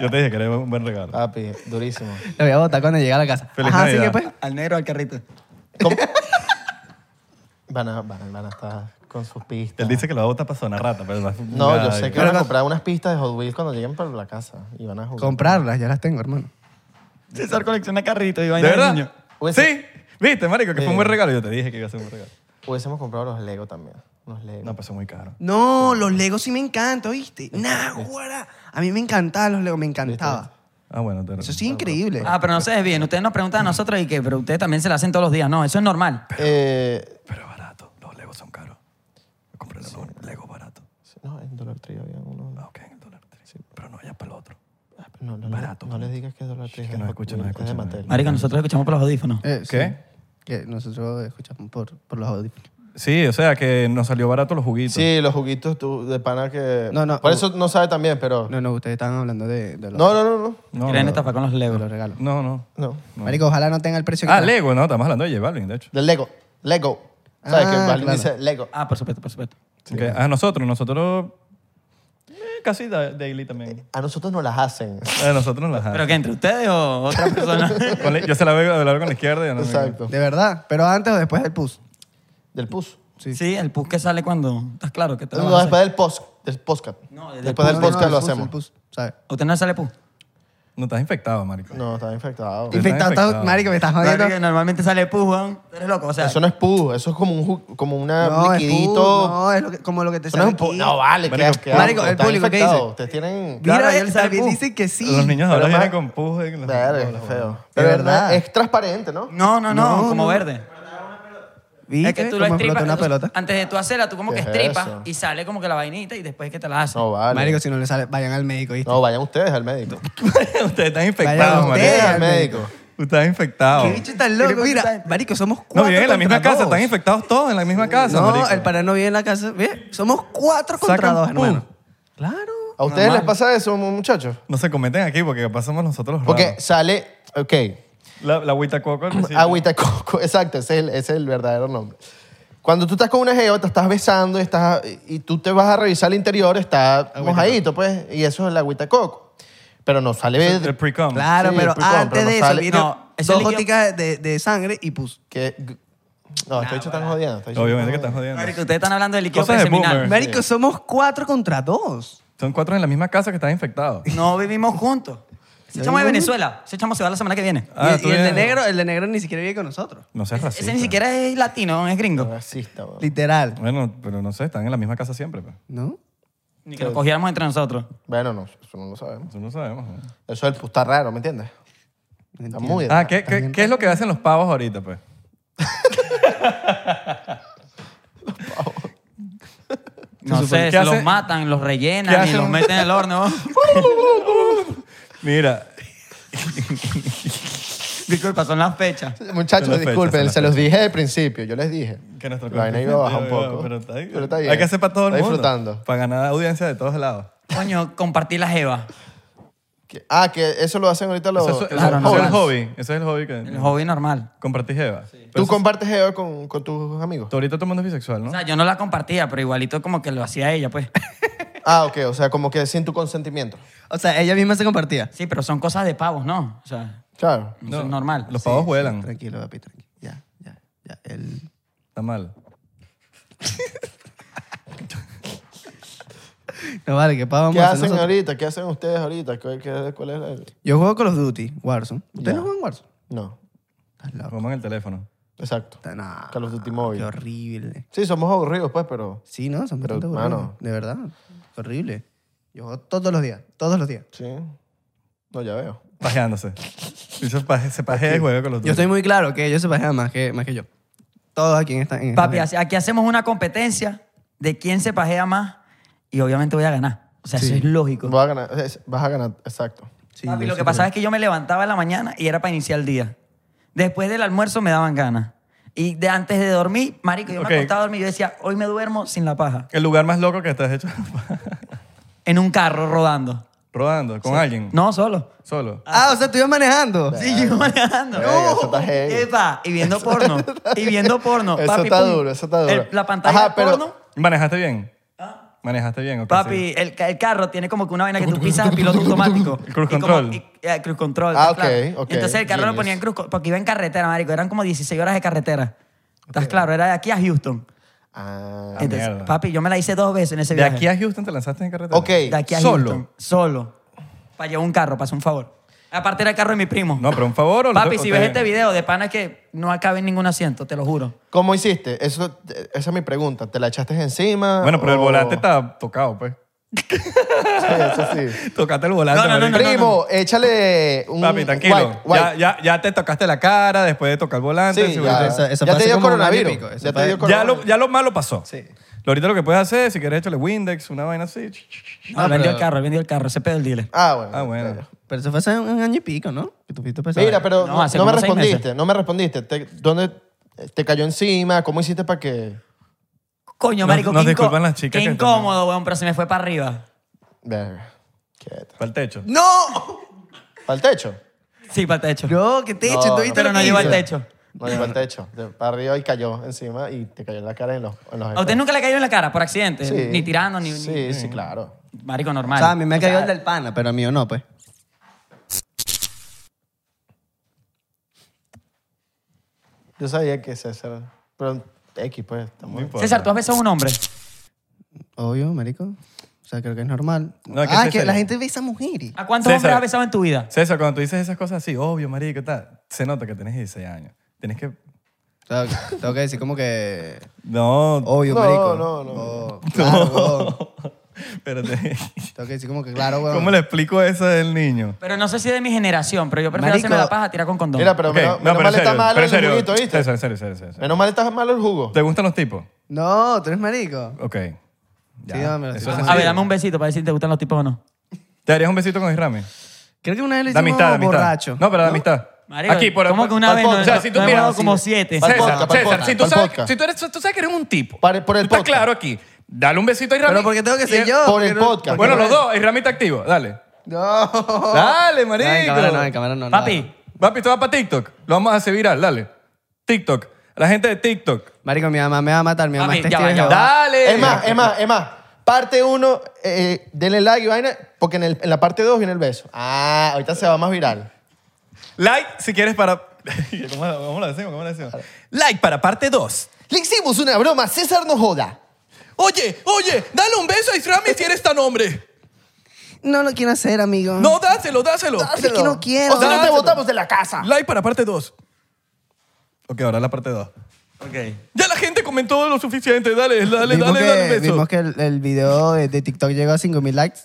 Yo te dije que era un buen regalo.
papi, durísimo.
Lo voy a botar cuando llegue a la casa.
Feliz
Ajá, así
Navidad.
que pues.
Al negro, al carrito.
¿Cómo? (laughs) van, a, van, a- van a estar con sus pistas.
Él dice que lo va a botar para zona rata. Pero
No, yo sé que
Pero
van a
no-
comprar unas pistas de Hot Wheels cuando lleguen para la casa y van a jugar.
Comprarlas, ya las tengo, hermano.
César colecciona carrito y
¿De
vaina de
verdad?
niño.
Sí. ¿Viste, marico? Que
Pues
fue
Sí.
un buen regalo. Yo te dije que iba a ser un buen regalo.
Hubiésemos comprado los Lego también. Los Lego.
No, pues eso es muy caro.
No, los Legos sí me encantan, ¿oíste?
Este,
Náguara. A mí me encantaban los Legos, me encantaba.
Ah, bueno. Te...
Eso sí es increíble.
Ah, pero no se desvíen. Ustedes nos preguntan a nosotros y que, pero ustedes también se la hacen todos los días. No, eso es normal.
Eh,
Pero barato. Los Legos son caros. Yo compré los Legos baratos.
no, en Dollar Tree había uno.
Ah, ok, en el dólar tres. Pero no vayas para el otro.
Ah, pero No, no,
Barato.
No, les digas que es Dollar Tree.
que
es
no
Hot
escucho, no
Wheels, es de
escucho, no.
Mattel.
Marica, nosotros escuchamos por los audífonos.
Eh, sí.
¿Qué?
Que nosotros escuchamos por, por los audífonos.
Sí, o sea que nos salió barato los juguitos.
Sí, los juguitos tú, de pana que...
No, no,
Por
u-
eso no sabe también, pero... No,
No, no, ustedes estaban hablando de, de los,
no, no, no.
No,
Quieren
no,
estafar con los
de
Legos.
los regalos.
no, no.
no.
Marico, ojalá no tenga el precio que
Ah,
trae.
Lego, no, estamos hablando de J Balvin, de hecho.
Del Lego. Lego. ¿Sabes
Ah,
que Balvin
claro.
dice Lego?
Ah, por supuesto, por supuesto.
Ok, A nosotros, nosotros. eh, casi da- daily también.
Eh, A nosotros no las hacen.
A nosotros nos las
¿Pero qué, entre ustedes o otra persona?
Con la- Yo se la veo hablar con la izquierda. y no me-
Exacto.
De verdad, pero antes o después del PUS.
Del PUS.
sí. el pus que sale cuando... ¿Estás claro que te lo
No,
van a hacer?
después del post, del podcast.
No, del
después del
No, no,
podcast
el
lo
PUS, el
hacemos.
PUS, ¿sabes?
¿Usted no le sale pus?
No estás infectado, marico.
No, está infectado.
Infe-
Infectado, estás-
infectado.
marico, me estás jodiendo.
Marico, normalmente sale pus, weón. Tú eres loco, o sea.
eso no es pus, eso es como un, ju- como una,
No,
un
es
liquidito.
puro, no, es lo que- como lo que te
eso no es
sale
un pus.
aquí.
No, vale,
Marico,
que
marico, el público, ¿qué dice?
Ustedes tienen...
Mira,
Claro, y él sale
también
pus.
dicen que sí.
Los niños
Pero
ahora
más-
vienen con pus. en las-
Verga,
en
qué
las-
feo.
De
De
verdad.
verdad. Es transparente, ¿no?
No, no, no,
No,
como
no.
verde.
¿Viste?
Es que tú lo
Como explotó
estripas.
una
tú-
pelota.
Antes de tú hacerla, tú como que
¿Qué es
estripas
eso?
y sale como que la vainita y después es que te la haces.
No, vale.
Marico, si no le sale, vayan al médico, ¿viste?
No, vayan ustedes al médico.
(laughs) Ustedes están infectados,
Vayan
marico.
Ustedes
ustedes.
al médico.
Ustedes están
¿Qué
infectados.
bicho tan loco? Mira, marico, somos cuatro
No, viven en la misma
contra
casa.
dos.
Están infectados todos en la misma casa,
No,
marico.
el pana no vive en la casa. Ve, somos cuatro
Sacan
contra dos,
pum.
hermano. Claro.
¿A ustedes les pasa eso, mu- muchachos?
No se cometen aquí porque pasamos nosotros los
Porque
raros.
sale... Ok.
La, la agüita
(clears throat)
coco. al
(laughs)
principio.
Agüita de coco. Exacto, ese es, el, ese es el verdadero nombre. Cuando tú estás con una geo, te estás besando y, estás, y tú te vas a revisar el interior, está mojadito, pues. Y eso es el agüita de coco. Pero no sale...
El pre-com.
Claro,
Sí,
pero
pues, compra,
antes
no
de eso
sale-
vino
no, ese
dos
líquido-
goticas de, de sangre y pus.
Que... No, este está dicho tan jodiendo. está dicho
Obviamente que
tan
están
jodiendo.
jodiendo.
Marico, ustedes están hablando del líquido
Cosas de
preseminal.
boomer.
Marico, somos cuatro contra dos.
Son cuatro en la misma casa que están infectados.
No vivimos
(laughs)
juntos. Ese chamo es de Venezuela. Ese chamo se va la semana que viene.
Ah,
y,
tú
y el de
vienes-
negro, el de negro ni siquiera vive con nosotros.
No seas racista.
Ese ni siquiera es latino, es gringo.
Ah,
Racista, bro.
Literal.
Bueno, pero no sé, están en la misma casa siempre. Pues.
¿No?
Ni que lo cogiéramos entre nosotros.
Bueno, no, eso no lo sabemos.
Eso no sabemos. ¿no?
Eso es el puta raro, ¿me entiendes? (laughs) Está muy...
Ah, ¿qué, qué, qué es lo que hacen los pavos ahorita, pues?
No
supone-
sé,
¿qué
se los
hace-
matan, los
qué
rellenan y
hace
los
un-
meten en el
(laughs)
horno. (laughs)
Mira,
Disculpa, son las fechas.
Muchachos,
Son las fechas, son
disculpen,
las
se los dije al principio, yo les dije.
que nuestro
La vaina iba a bajar un
coeficiente
poco.
Pero está,
Pero está bien.
Hay que hacer para todo el
Está
mundo.
disfrutando.
Para ganar audiencia de todos lados.
Coño, compartí la jeva.
Que- Ah, que eso lo hacen ahorita los.
Eso es,
claro,
eso
no
es el
ganas.
hobby. Ese es el hobby que...
El hobby normal.
Compartís Eva.
Tú compartes geo con, con tus amigos.
Tú ahorita todo el mundo es bisexual, ¿no?
O sea, yo no la compartía, pero igualito como que lo hacía ella, pues.
Ah, ok, o sea, como que sin tu consentimiento.
O sea, ella misma se compartía.
Sí, pero son cosas de pavos, ¿no? O sea,
Claro.
no, es normal.
Los pavos vuelan.
Tranquilo, papi, tranquilo. Ya, ya, ya. El...
Está mal.
No vale, que pa' vamos
¿Qué
a hacer
hacen
nosotros?
ahorita? ¿Qué hacen ustedes ahorita? ¿Cuál, qué- cuál es el.?
Yo juego Call of Duty, Warzone.
Ya.
¿Ustedes no juegan Warzone?
No,
Estás loco.
Coman el teléfono.
exacto.
No,
Call of Duty Mobile.
Qué horrible.
Sí, somos aburridos, pues, pero.
Sí, ¿no? Son
Pero,
bastante
mano.
aburridos. De verdad. Horrible. Yo juego todos los días. Todos los días.
Sí. No, ya veo.
Pajeándose. Eso paje- se pajea y juega con los
Yo
tuyos.
estoy muy claro que ellos se pasean más que, más que yo. Todos aquí en esta... En esta
Papi, hace- aquí hacemos una competencia de quién se pajea más y obviamente voy a ganar. O sea, eso es lógico.
Vas a ganar, es- vas a ganar, exacto.
Sí,
Papi,
yo
lo
sí
que pasaba
creo.
es que yo me levantaba en la mañana y era para iniciar el día. Después del almuerzo me daban ganas. Y de antes de dormir, marico, yo
Ok.
me acostaba a dormir y yo decía, hoy me duermo sin la paja.
El lugar más loco que estás hecho. (laughs)
En un carro rodando.
Rodando, con alguien.
No, solo.
Solo.
Ah, o sea, tú ibas manejando.
Sí, yo manejando.
Verga, eso está heavy.
Epa, y viendo porno. Y viendo porno.
(laughs) Eso
Papi,
está
pum.
duro, eso está duro.
El- la pantalla
Ajá,
de
pero-
porno.
¿Manejaste bien?
¿Ah?
¿Manejaste bien? ok, sí.
Papi, el, ca- el carro tiene como que una vaina que tú pisas el piloto automático.
El cruise
Y como-
control.
y- eh, cruise control.
Ah,
está claro.
ok, ok,
Y Entonces el carro
genius.
lo ponía en cruise control porque iba en carretera, marico. Eran como 16 horas de carretera. ¿Estás claro? Era de aquí a Houston.
Ah,
Ah,
Entonces,
mierda.
papi, yo me la hice dos veces en ese
¿De
viaje.
aquí a Houston te lanzaste en carretera?
Ok.
De aquí a
¿Solo?
Houston. Solo. Para llevar un carro, para hacer un favor. Aparte era el carro de mi primo.
No, pero un favor o lo-
Papi,
o
si
te-
ves este video, de pana es que no acabe en ningún asiento, te lo juro.
¿Cómo hiciste? Eso, esa es mi pregunta. ¿Te la echaste encima?
Bueno, pero el
o-
volante está tocado, pues. (laughs)
Sí, eso sí.
Tocaste el volante.
No, no, no,
marico.
no,
Primo, échale un.
Papi, tranquilo.
wipe, wipe.
Ya, ya, ya te tocaste la cara después de tocar el volante.
Sí,
seguro.
ya.
Eso- eso
Ya
fue
te
hace
dio
como un año y
coronavirus.
pico. Eso
Ya te
fue-
dio
Ya
coronavirus.
lo, ya lo malo pasó.
Sí.
Lo ahorita lo que puedes hacer, si quieres, échale Windex, una vaina así.
No, él vendió el carro, él vendió el carro, ese pedo el dealer.
Ah, bueno.
Ah, bueno.
Pero eso fue hace un, un año y pico, ¿no? Que tú fuiste para
Mira, pero
No,
no,
hace
no me
como seis
respondiste, no me respondiste. Te- ¿Dónde te cayó encima? ¿Cómo hiciste para que...?
Coño,
Nos-
marico,
nos
qué, inco-
disculpan las chicas
qué
que están-
incómodo, weón, pero se me fue para arriba.
Verga. Quieto.
Para el techo.
¡No!
¿Para el techo?
Sí, para el techo.
No, que techo.
No,
¿Tú viste
pero
lo
no
que
llegó al
hizo?
techo.
No, para el techo. De- para arriba y cayó encima y te cayó en la cara en los... En los
¿A usted nunca le cayó en la cara por accidente?
Sí.
Ni tirando, ni, ni-
Sí, sí, claro.
Marico,
O
normal.
sea, a mí me ha
O sea,
caído el del pana, pero a mí no, pues.
Yo sabía que César... Pero X, pues, estamos...
Muy poco.
César, ¿tú has besado a un hombre?
Obvio, marico. O sea, creo que es normal.
No, es que
ah,
sí,
que la
serio.
gente besa mujeres.
¿A cuántos
César.
hombres has besado en tu vida?
César, cuando tú dices esas cosas así, obvio, marico, tal, se nota que tienes 16 años. Tienes que...
O sea, tengo que decir como que...
No,
Obvio,
No,
marico.
no, no.
Oh, claro, weón.
pero te-
(laughs)
Tengo que decir como que claro, weón.
¿Cómo le explico eso del niño?
Pero no sé si de mi generación, pero yo prefiero
Marico.
hacerme la paja a tirar con condón.
Mira, pero
Ok,
menos,
no,
menos
pero
mal
en
está
serio,
malo
pero en
el
serio,
juguito, ¿viste?
César, en serio, en serio, en serio.
Menos mal está malo el jugo.
¿Te gustan los tipos?
No, tú eres marico.
Ok. Ya.
Sí, dámelo, sí,
Eso es
dámelo.
a ver,
sencillo.
dame un besito para decir si te gustan los tipos o no.
¿Te darías un besito con Isrami?
Creo que una vez le
De
hicimos
amistad, de amistad.
borracho.
No, pero de amistad.
Marico,
Aquí, por
¿cómo que una
por-
vez?
por-
No,
o sea,
no,
si tú
no he
miras-
dado como siete.
Pa'l
César,
podcast, pa'l
César,
podcast,
si tú
pa'l
sabes,
podcast.
si tú eres, tú sabes que eres un tipo.
Para- por el
Tú estás
podcast.
claro aquí. Dale un besito a Isrami.
Pero porque tengo que ser
Y-
yo.
por el
porque no-
podcast.
Bueno, los dos. Isrami está activo. Dale.
No.
Dale, marico.
No, en cámara no, en cámara no.
Papi,
nada.
Papi, esto va para TikTok. Lo vamos a hacer viral. Dale. TikTok. A La gente de TikTok.
Marico, mi mamá me va a matar. Mi mamá
Papi,
es
ya va,
testigo de
ya va.
Jehová.
Dale.
Es más, es más, es más. Parte 1, denle like y vaina, porque en, el- en la parte 2 viene el beso. Ah, ahorita se va más viral.
Like si quieres para. (laughs) ¿Cómo, la- cómo la decimos? ¿Cómo la decimos? Like para parte 2.
Le hicimos una broma, César no joda.
Oye, oye, dale un beso a Isrami si eres tan hombre.
No lo quiero hacer, amigo.
No, dáselo, dáselo.
Es que no quiero.
O si no te
Dáselo.
botamos de la casa.
Like para parte 2. Ok, ahora la parte 2. Ya la gente comentó lo suficiente. Dale, dale,
Vimos
dale,
que,
dale el beso.
Vimos que el, el video de, de TikTok llegó a 5.000 likes.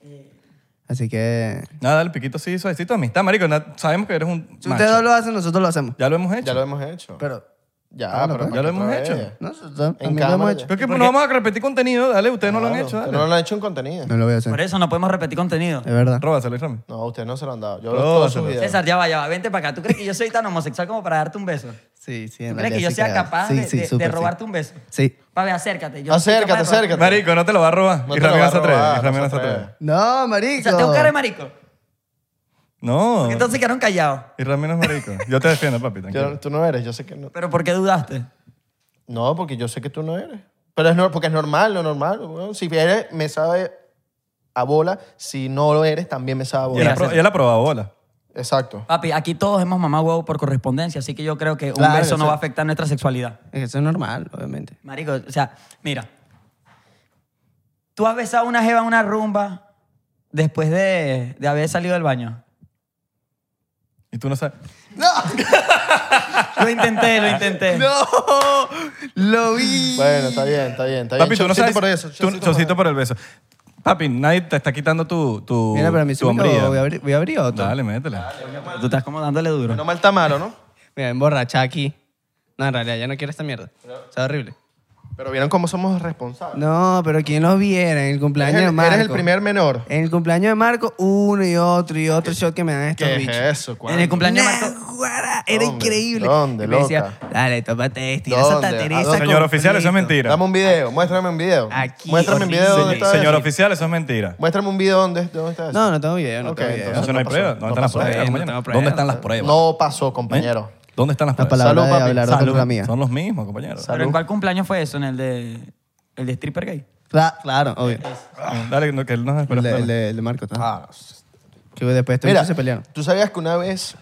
Eh.
Así que...
Nada, dale piquito sí, suavecito. Amistad, marico. na- sabemos que eres un
Si
macho.
ustedes dos lo hacen, nosotros lo hacemos.
Ya lo hemos hecho.
Ya lo hemos hecho.
Pero...
ya,
Ah, no,
pero
pues.
¿para
Ya lo
qué
hemos
otra
hecho.
vez?
Nosotros
En
también lo
cámara
hemos
ya.
hecho.
Pero es que pues, no vamos a repetir contenido, dale. Ustedes no lo han
Claro,
hecho,
ustedes
dale.
No lo han hecho en contenido.
No lo voy a hacer.
por eso no podemos repetir contenido.
Es verdad.
Róbaselo, Isrami.
No, ustedes no se lo han dado. Yo
No,
veo todos
se
sus
lo-
videos.
César, ya va, ya va. Vente para acá. ¿Tú crees que yo soy tan homosexual como para darte un beso?
Sí, sí.
¿Tú crees que yo sea capaz de, de- de robarte un beso?
Sí.
Papi, acércate. Yo no soy
Acércate,
capaz de robar-
acércate.
Marico, no te lo va a robar.
No te lo
Isrami
va
no
a
se atreve.
robar,
Isrami
no
no
se
se atreve.
atreve.
No, marico.
O sea, tengo cara de marico.
No.
Porque entonces quedaron callados.
Isrami no es marico. Yo te defiendo, papi.
Yo-
Tranquilo.
tú no eres, yo sé que no.
Pero ¿por qué dudaste?
No, porque yo sé que tú no eres. Pero es no, porque es normal, lo normal. weón. Si eres, me sabe a bola. Si no lo eres, también me sabe a
Y él
bola.
ha pro- y él ha probado bola.
Exacto.
Papi, aquí todos hemos mamado huevo por correspondencia, así que yo creo que un
Claro,
beso no
sí.
va a afectar nuestra sexualidad.
Eso es normal,
(laughs)
obviamente.
Marico, o sea, mira. ¿Tú has besado una jeva en una rumba después de, de haber salido del baño?
Y tú no sabes.
Lo intenté, lo
(laughs)
intenté.
¡No! ¡Lo vi!
Bueno, está bien, está bien, está bien.
Papi, tú no
Chocito
sabes.
por eso.
tú-
chocito
Chocito por el beso. Papi, nadie te está quitando tu, tu,
Mira, pero a mí
tu
se me
hombría.
acabó. voy a abrir, voy a abrir otro.
Dale, métele.
Tú estás como dándole
por-
duro.
No mal está malo, ¿no?
Mira, emborrachada aquí. No, en realidad ya no quiero esta mierda. Está horrible.
Pero vieron cómo somos responsables.
No, pero quien los viera en el cumpleaños
eres,
de
el,
Marco.
eres el primer menor.
En el cumpleaños de Marco, uno y otro y otro shot que me dan estos
¿Qué es
bichos.
eso?
En el
¿Cuándo?
cumpleaños de Marco.
Nah, guara, Era
¿Dónde?
increíble.
¿Dónde,
Y me decía,
loca?
dale, tómate este. Y
¿Dónde?
la Santa
¿A
Teresa.
dónde?
Señor oficial, eso es
completo.
mentira.
Dame un video, muéstrame un video.
Aquí,
muéstrame un
sí,
video dónde
señor.
está
Señor
eso.
oficial, eso es mentira.
Muéstrame un video dónde, dónde está eso.
No, no tengo video, no
Ok,
tengo video.
entonces-
Eso no hay
pasó,
pruebas.
no
¿Dónde están las
pasó.
pruebas?
No tengo pruebas.
¿Dónde están las pruebas?
No pasó, compañero.
¿Eh? ¿Dónde están las
La
pruebas?
palabra
Salud,
de
papi.
Abelardo
Salud.
es la mía.
Son los mismos, compañero.
¿Pero en cuál cumpleaños fue eso? ¿En el de, el de stripper gay?
Cla- claro, obvio.
Ah, Dale, no, que él nos espera.
el, de,
espera.
el de- el de Marco. ¿tá?
Ah,
Que después estos
Mira,
bichos se pelearon.
tú sabías que una vez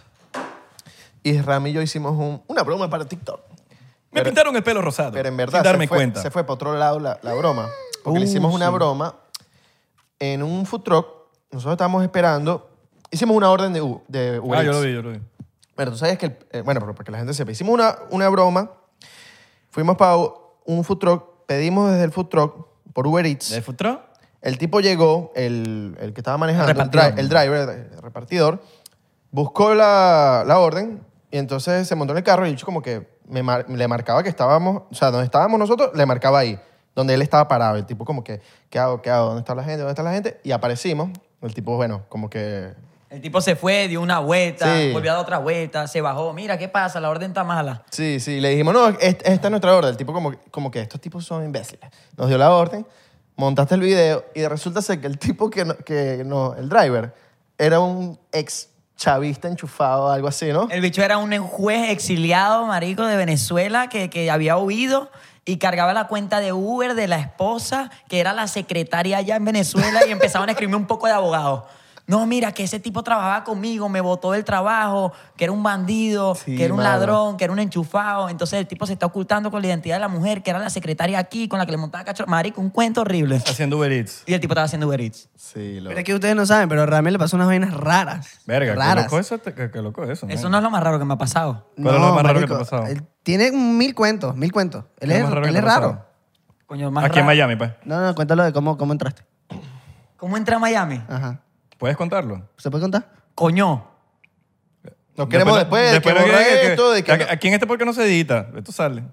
Isram y yo hicimos un- una broma para TikTok.
Me pintaron el pelo rosado.
Pero en verdad
Sin darme
se, fue,
cuenta.
se fue para otro lado la, la broma. Porque le
Uh,
hicimos una
sí.
broma en un food truck. Nosotros estábamos esperando. Hicimos una orden de, U- de Uber
Ah, yo lo
Eats.
vi, yo lo vi.
Pero tú sabes que... el- eh, bueno, pero para que la gente sepa. Hicimos una, una broma. Fuimos para un food truck. Pedimos desde el food truck por Uber Eats.
¿De futuro?
El tipo llegó, el, el que estaba manejando, el,
Repartidor.
dri- el driver, el repartidor, buscó la, la orden y entonces se montó en el carro y el bicho como que me mar- le marcaba que estábamos, o sea, donde estábamos nosotros, le marcaba ahí, donde él estaba parado. El tipo como que, ¿qué hago? ¿Qué hago? ¿Dónde está la gente? ¿Dónde está la gente? Y aparecimos. El tipo, bueno, como que...
El tipo se fue, dio una vuelta,
Sí.
volvió a dar otra vuelta, se bajó. Mira, ¿qué pasa? La orden está mala.
Sí, sí, le dijimos, no, es- esta es nuestra orden. El tipo como, que- como que estos tipos son imbéciles. Nos dio la orden, montaste el video y resulta ser que el tipo que no, que no el driver, era un ex chavista enchufado, algo así, ¿no?
El bicho era un juez exiliado, marico, de Venezuela que, que había huido y cargaba la cuenta de Uber de la esposa, que era la secretaria allá en Venezuela, y empezaban a escribir un poco de abogados. No, mira, que ese tipo trabajaba conmigo, me botó del trabajo, que era un bandido,
Sí,
que era un
mano.
ladrón, que era un enchufado. Entonces el tipo se está ocultando con la identidad de la mujer, que era la secretaria aquí, con la que le montaba cacho. Marico, un cuento horrible.
Haciendo Uber Eats.
Y el tipo estaba haciendo Uber Eats.
Sí, loco.
Pero es que ustedes no saben, pero a Ramel le pasó unas vainas raras.
Verga, qué
raras.
loco eso. te- Qué, qué loco eso.
Eso no es lo más raro que me ha pasado.
¿Cuál es lo más raro que te ha pasado?
Él tiene mil cuentos, mil cuentos. Él
¿Qué es
es,
lo más raro que
él
te
es
ha
raro.
pasado?
Coño, más
Aquí en
raro.
Miami, pues.
No, no, cuéntalo de cómo, cómo entraste.
¿Cómo entré a Miami?
Ajá.
¿Puedes contarlo?
¿Se puede contar?
Coño.
Nos queremos después, de que
no
borré
que- que-
esto, de que,
aquí- Aquí en este porque no se edita. Esto sale.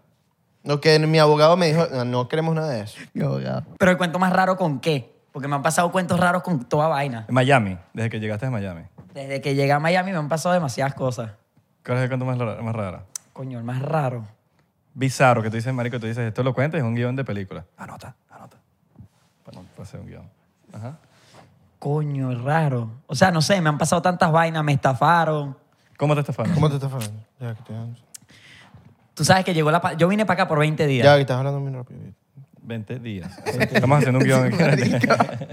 no, que mi abogado me dijo, no, no queremos nada de eso.
Mi abogado.
Pero el cuento más raro con qué? Porque me han pasado cuentos raros con toda vaina.
En Miami, desde que llegaste a Miami.
Desde que llegué a Miami me han pasado demasiadas cosas.
¿Cuál es el cuento más, ra- más raro?
Coño, el más raro.
Bizarro, que tú dices, marico, tú dices, esto lo cuentas, es un guión de película. Anota, anota. Para no hacer un guión. Ajá.
Coño, es raro. O sea, no sé, me han pasado tantas vainas, me estafaron.
¿Cómo te estafaron?
¿Cómo te estás hablando? Ya que te
Tú sabes que llegó la... pa- Yo vine para acá por 20
Ya
días.
que estás hablando muy rápido.
20 días. Estamos haciendo un guión. aquí.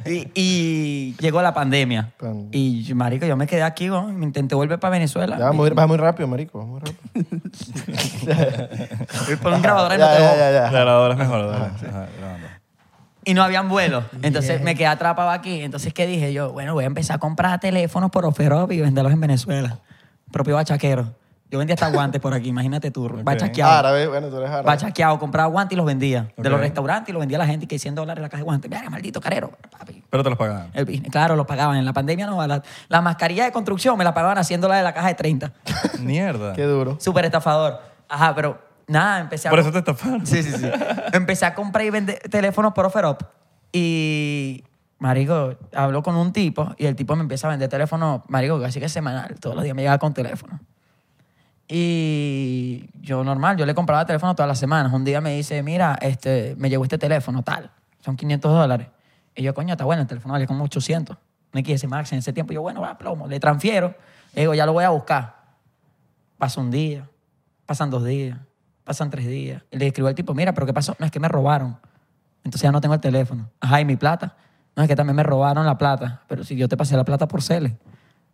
Y, y llegó la pandemia.
Pan-
Y, yo, marico, yo me quedé aquí, weón, y me intenté volver para Venezuela.
Ya, muy- vas muy rápido, marico, vas muy rápido.
Fui por un grabador
(laughs) Ya,
y no te
ya,
voy.
ya,
(laughs) La
ya.
grabadora es mejor. dale. Ajá, grabando.
Y no habían
(laughs)
vuelos. Entonces me quedé atrapado aquí. Entonces, ¿qué dije yo? Bueno, voy a empezar a comprar teléfonos por Oferop y venderlos en Venezuela. Propio bachaquero. Yo vendía hasta guantes por aquí, imagínate tú. Bachaqueado.
Árabe, bueno, tú eres árabe.
Bachaqueado, compraba guantes y los vendía.
Ok.
De los restaurantes y los vendía a la gente que 100 dólares la caja de guantes. Mira, maldito carero, papi.
Pero te los pagaban.
El business, claro, lo pagaban. En la pandemia no, la, la mascarilla de construcción me la pagaban haciendo la de la caja de
(laughs)
30.
Mierda.
Qué duro.
Súper estafador. Ajá, pero nada, empecé a...
Por eso te estafaron.
Sí, sí, sí. (laughs) Empecé a comprar y vender teléfonos por OfferUp y, marico, habló con un tipo y el tipo me empieza a vender teléfonos, marico, casi que semanal. Todos los días me llegaba con teléfono. Y yo normal, yo le compraba teléfono todas las semanas. Un día me dice, mira, este, me llegó este teléfono, tal. Son 500 dólares. Y yo, coño, está bueno, el teléfono vale como 800. Me quise Max en ese tiempo. Yo, bueno, va, plomo, le transfiero. Le digo, ya lo voy a buscar. Pasa un día, pasan dos días, pasan tres días. Y le escribo al tipo, mira, pero ¿qué pasó? No, es que me robaron. Entonces ya no tengo el teléfono. Ajá, ¿y mi plata? No, es que también me robaron la plata. Pero si yo te pasé la plata por Cele.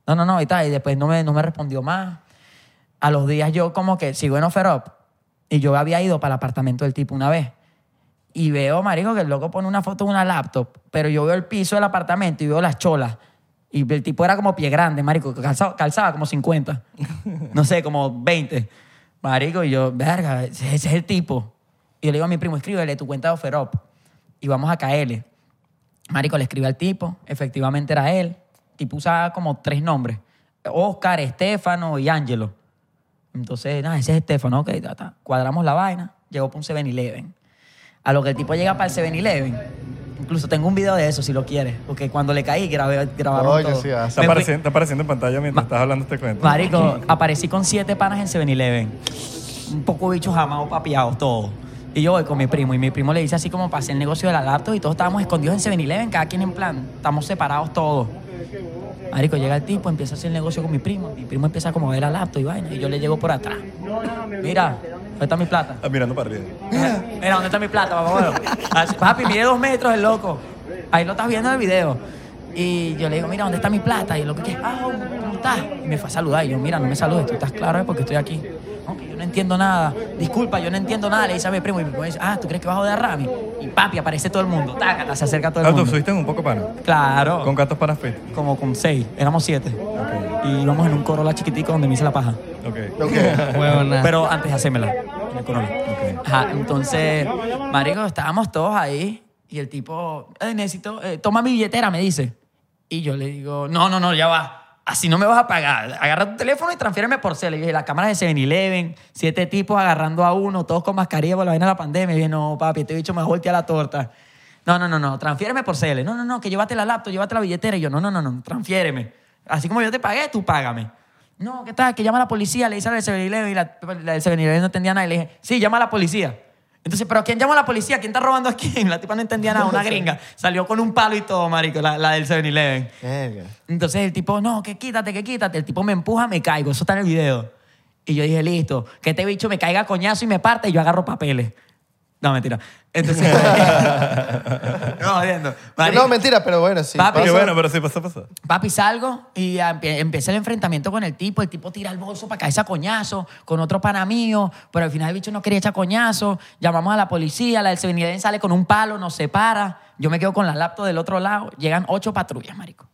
No, no, no, y tal. Y después no me, no me respondió más. A los días yo como que sigo en OfferUp y yo había ido para el apartamento del tipo una vez. Y veo, marico, que el loco pone una foto de una laptop, pero yo veo el piso del apartamento y veo las cholas. Y el tipo era como pie grande, marico, calzaba, calzaba como 50. No sé, como 20. Marico, y yo, verga, ese ese es el tipo. Y yo le digo a mi primo, escríbele tu cuenta de Oferop y vamos a caerle. Marico le escribe al tipo, efectivamente era él. El tipo usaba como tres nombres: Oscar, Estefano y Ángelo. Entonces, nada, ese es Estefano, ok, ta, ta. cuadramos la vaina, llegó para un 7-Eleven. A lo que el tipo llega para el 7-Eleven. Incluso tengo un video de eso si lo quieres, porque cuando le caí grabé, grabaron
Oye,
todo.
sí, ah,
Está
Me fui-
apareciendo, está apareciendo en pantalla mientras estás hablando este cuento.
Marico, aparecí con siete panas en 7-Eleven. Un poco bichos amados, papiados, todos. Y yo voy con mi primo. Y mi primo le dice así como pasé el negocio de la laptop y todos estábamos escondidos en 7-Eleven, cada quien en plan. Estamos separados todos. Marico, llega el tipo, empieza a hacer el negocio con mi primo. Mi primo empieza como a ver la laptop y vaina. Y yo le llego por atrás. Mira, ¿dónde está mi plata?
Ah, mirando para arriba.
Mira, mira, ¿dónde está mi plata, papá? Bueno, así, papi, mide dos metros el loco. Ahí lo estás viendo en el video. Y yo le digo, mira, ¿dónde está mi plata? Y el loco que, ah, ¿cómo estás? Y me fue a saludar. Y yo, mira, no me saludes, tú estás claro, es porque estoy aquí. No, que yo no entiendo nada. Disculpa, yo no entiendo nada. Le dice a mi primo y mi primo dice, ah, ¿tú crees que vas a joder a Rami? Y papi, aparece todo el mundo. Tácata, se acerca todo
Ah,
el
tú
mundo.
subiste en un poco pana.
Claro.
Con cantos para fit.
Como con seis, éramos siete. Y íbamos en un Corolla chiquitico donde me hice la paja.
Ok. (laughs)
Ok.
Huevona.
Pero antes de hacérmela. en el corona. (laughs)
(laughs)
Ajá, entonces, marico, estábamos todos ahí y el tipo, "Eh, necesito, eh, toma mi billetera, me dice. Y yo le digo, no, no, no, ya va. Así no me vas a pagar. Agarra tu teléfono y transfiéreme por cel. Y yo dije, la cámara de 7-Eleven, siete tipos agarrando a uno, todos con mascarilla por la vaina de la pandemia. Y dije, no, papi, este bicho me va a voltear la torta. No, no, no, no, transfiéreme por cel. No, no, no, que llévate la laptop, llévate la billetera. Y yo, no, no, no, no, transfiéreme. Así como yo te pagué, tú págame. No, ¿qué tal? Que llama a la policía, le dice al del 7-Eleven y la, la del 7-Eleven no entendía nada. Y le dije, sí, llama a la policía. Entonces, ¿pero quién llama a la policía? ¿Quién está robando a quién? (laughs) La tipa no entendía nada, una gringa. Salió con un palo y todo, marico, la, la del 7-Eleven.
Verga.
Entonces el tipo, no, que quítate, que quítate. El tipo me empuja, me caigo. Eso está en el video. Y yo dije, listo, que este bicho me caiga a coñazo y me parte y yo agarro papeles. No, mentira. Entonces. (laughs) no, jodiendo.
No, mentira, pero bueno, sí.
Papi,
Pero
pasa.
bueno, pero sí pasó, pasó.
Papi, salgo y empie- empieza el enfrentamiento con el tipo. El tipo tira el bolso para caerse a coñazo con otro pana mío, pero al final el bicho no quería echar coñazo. Llamamos a la policía, la del 7-Eleven sale con un palo, nos separa. Yo me quedo con la laptop del otro lado. Llegan ocho patrullas, marico.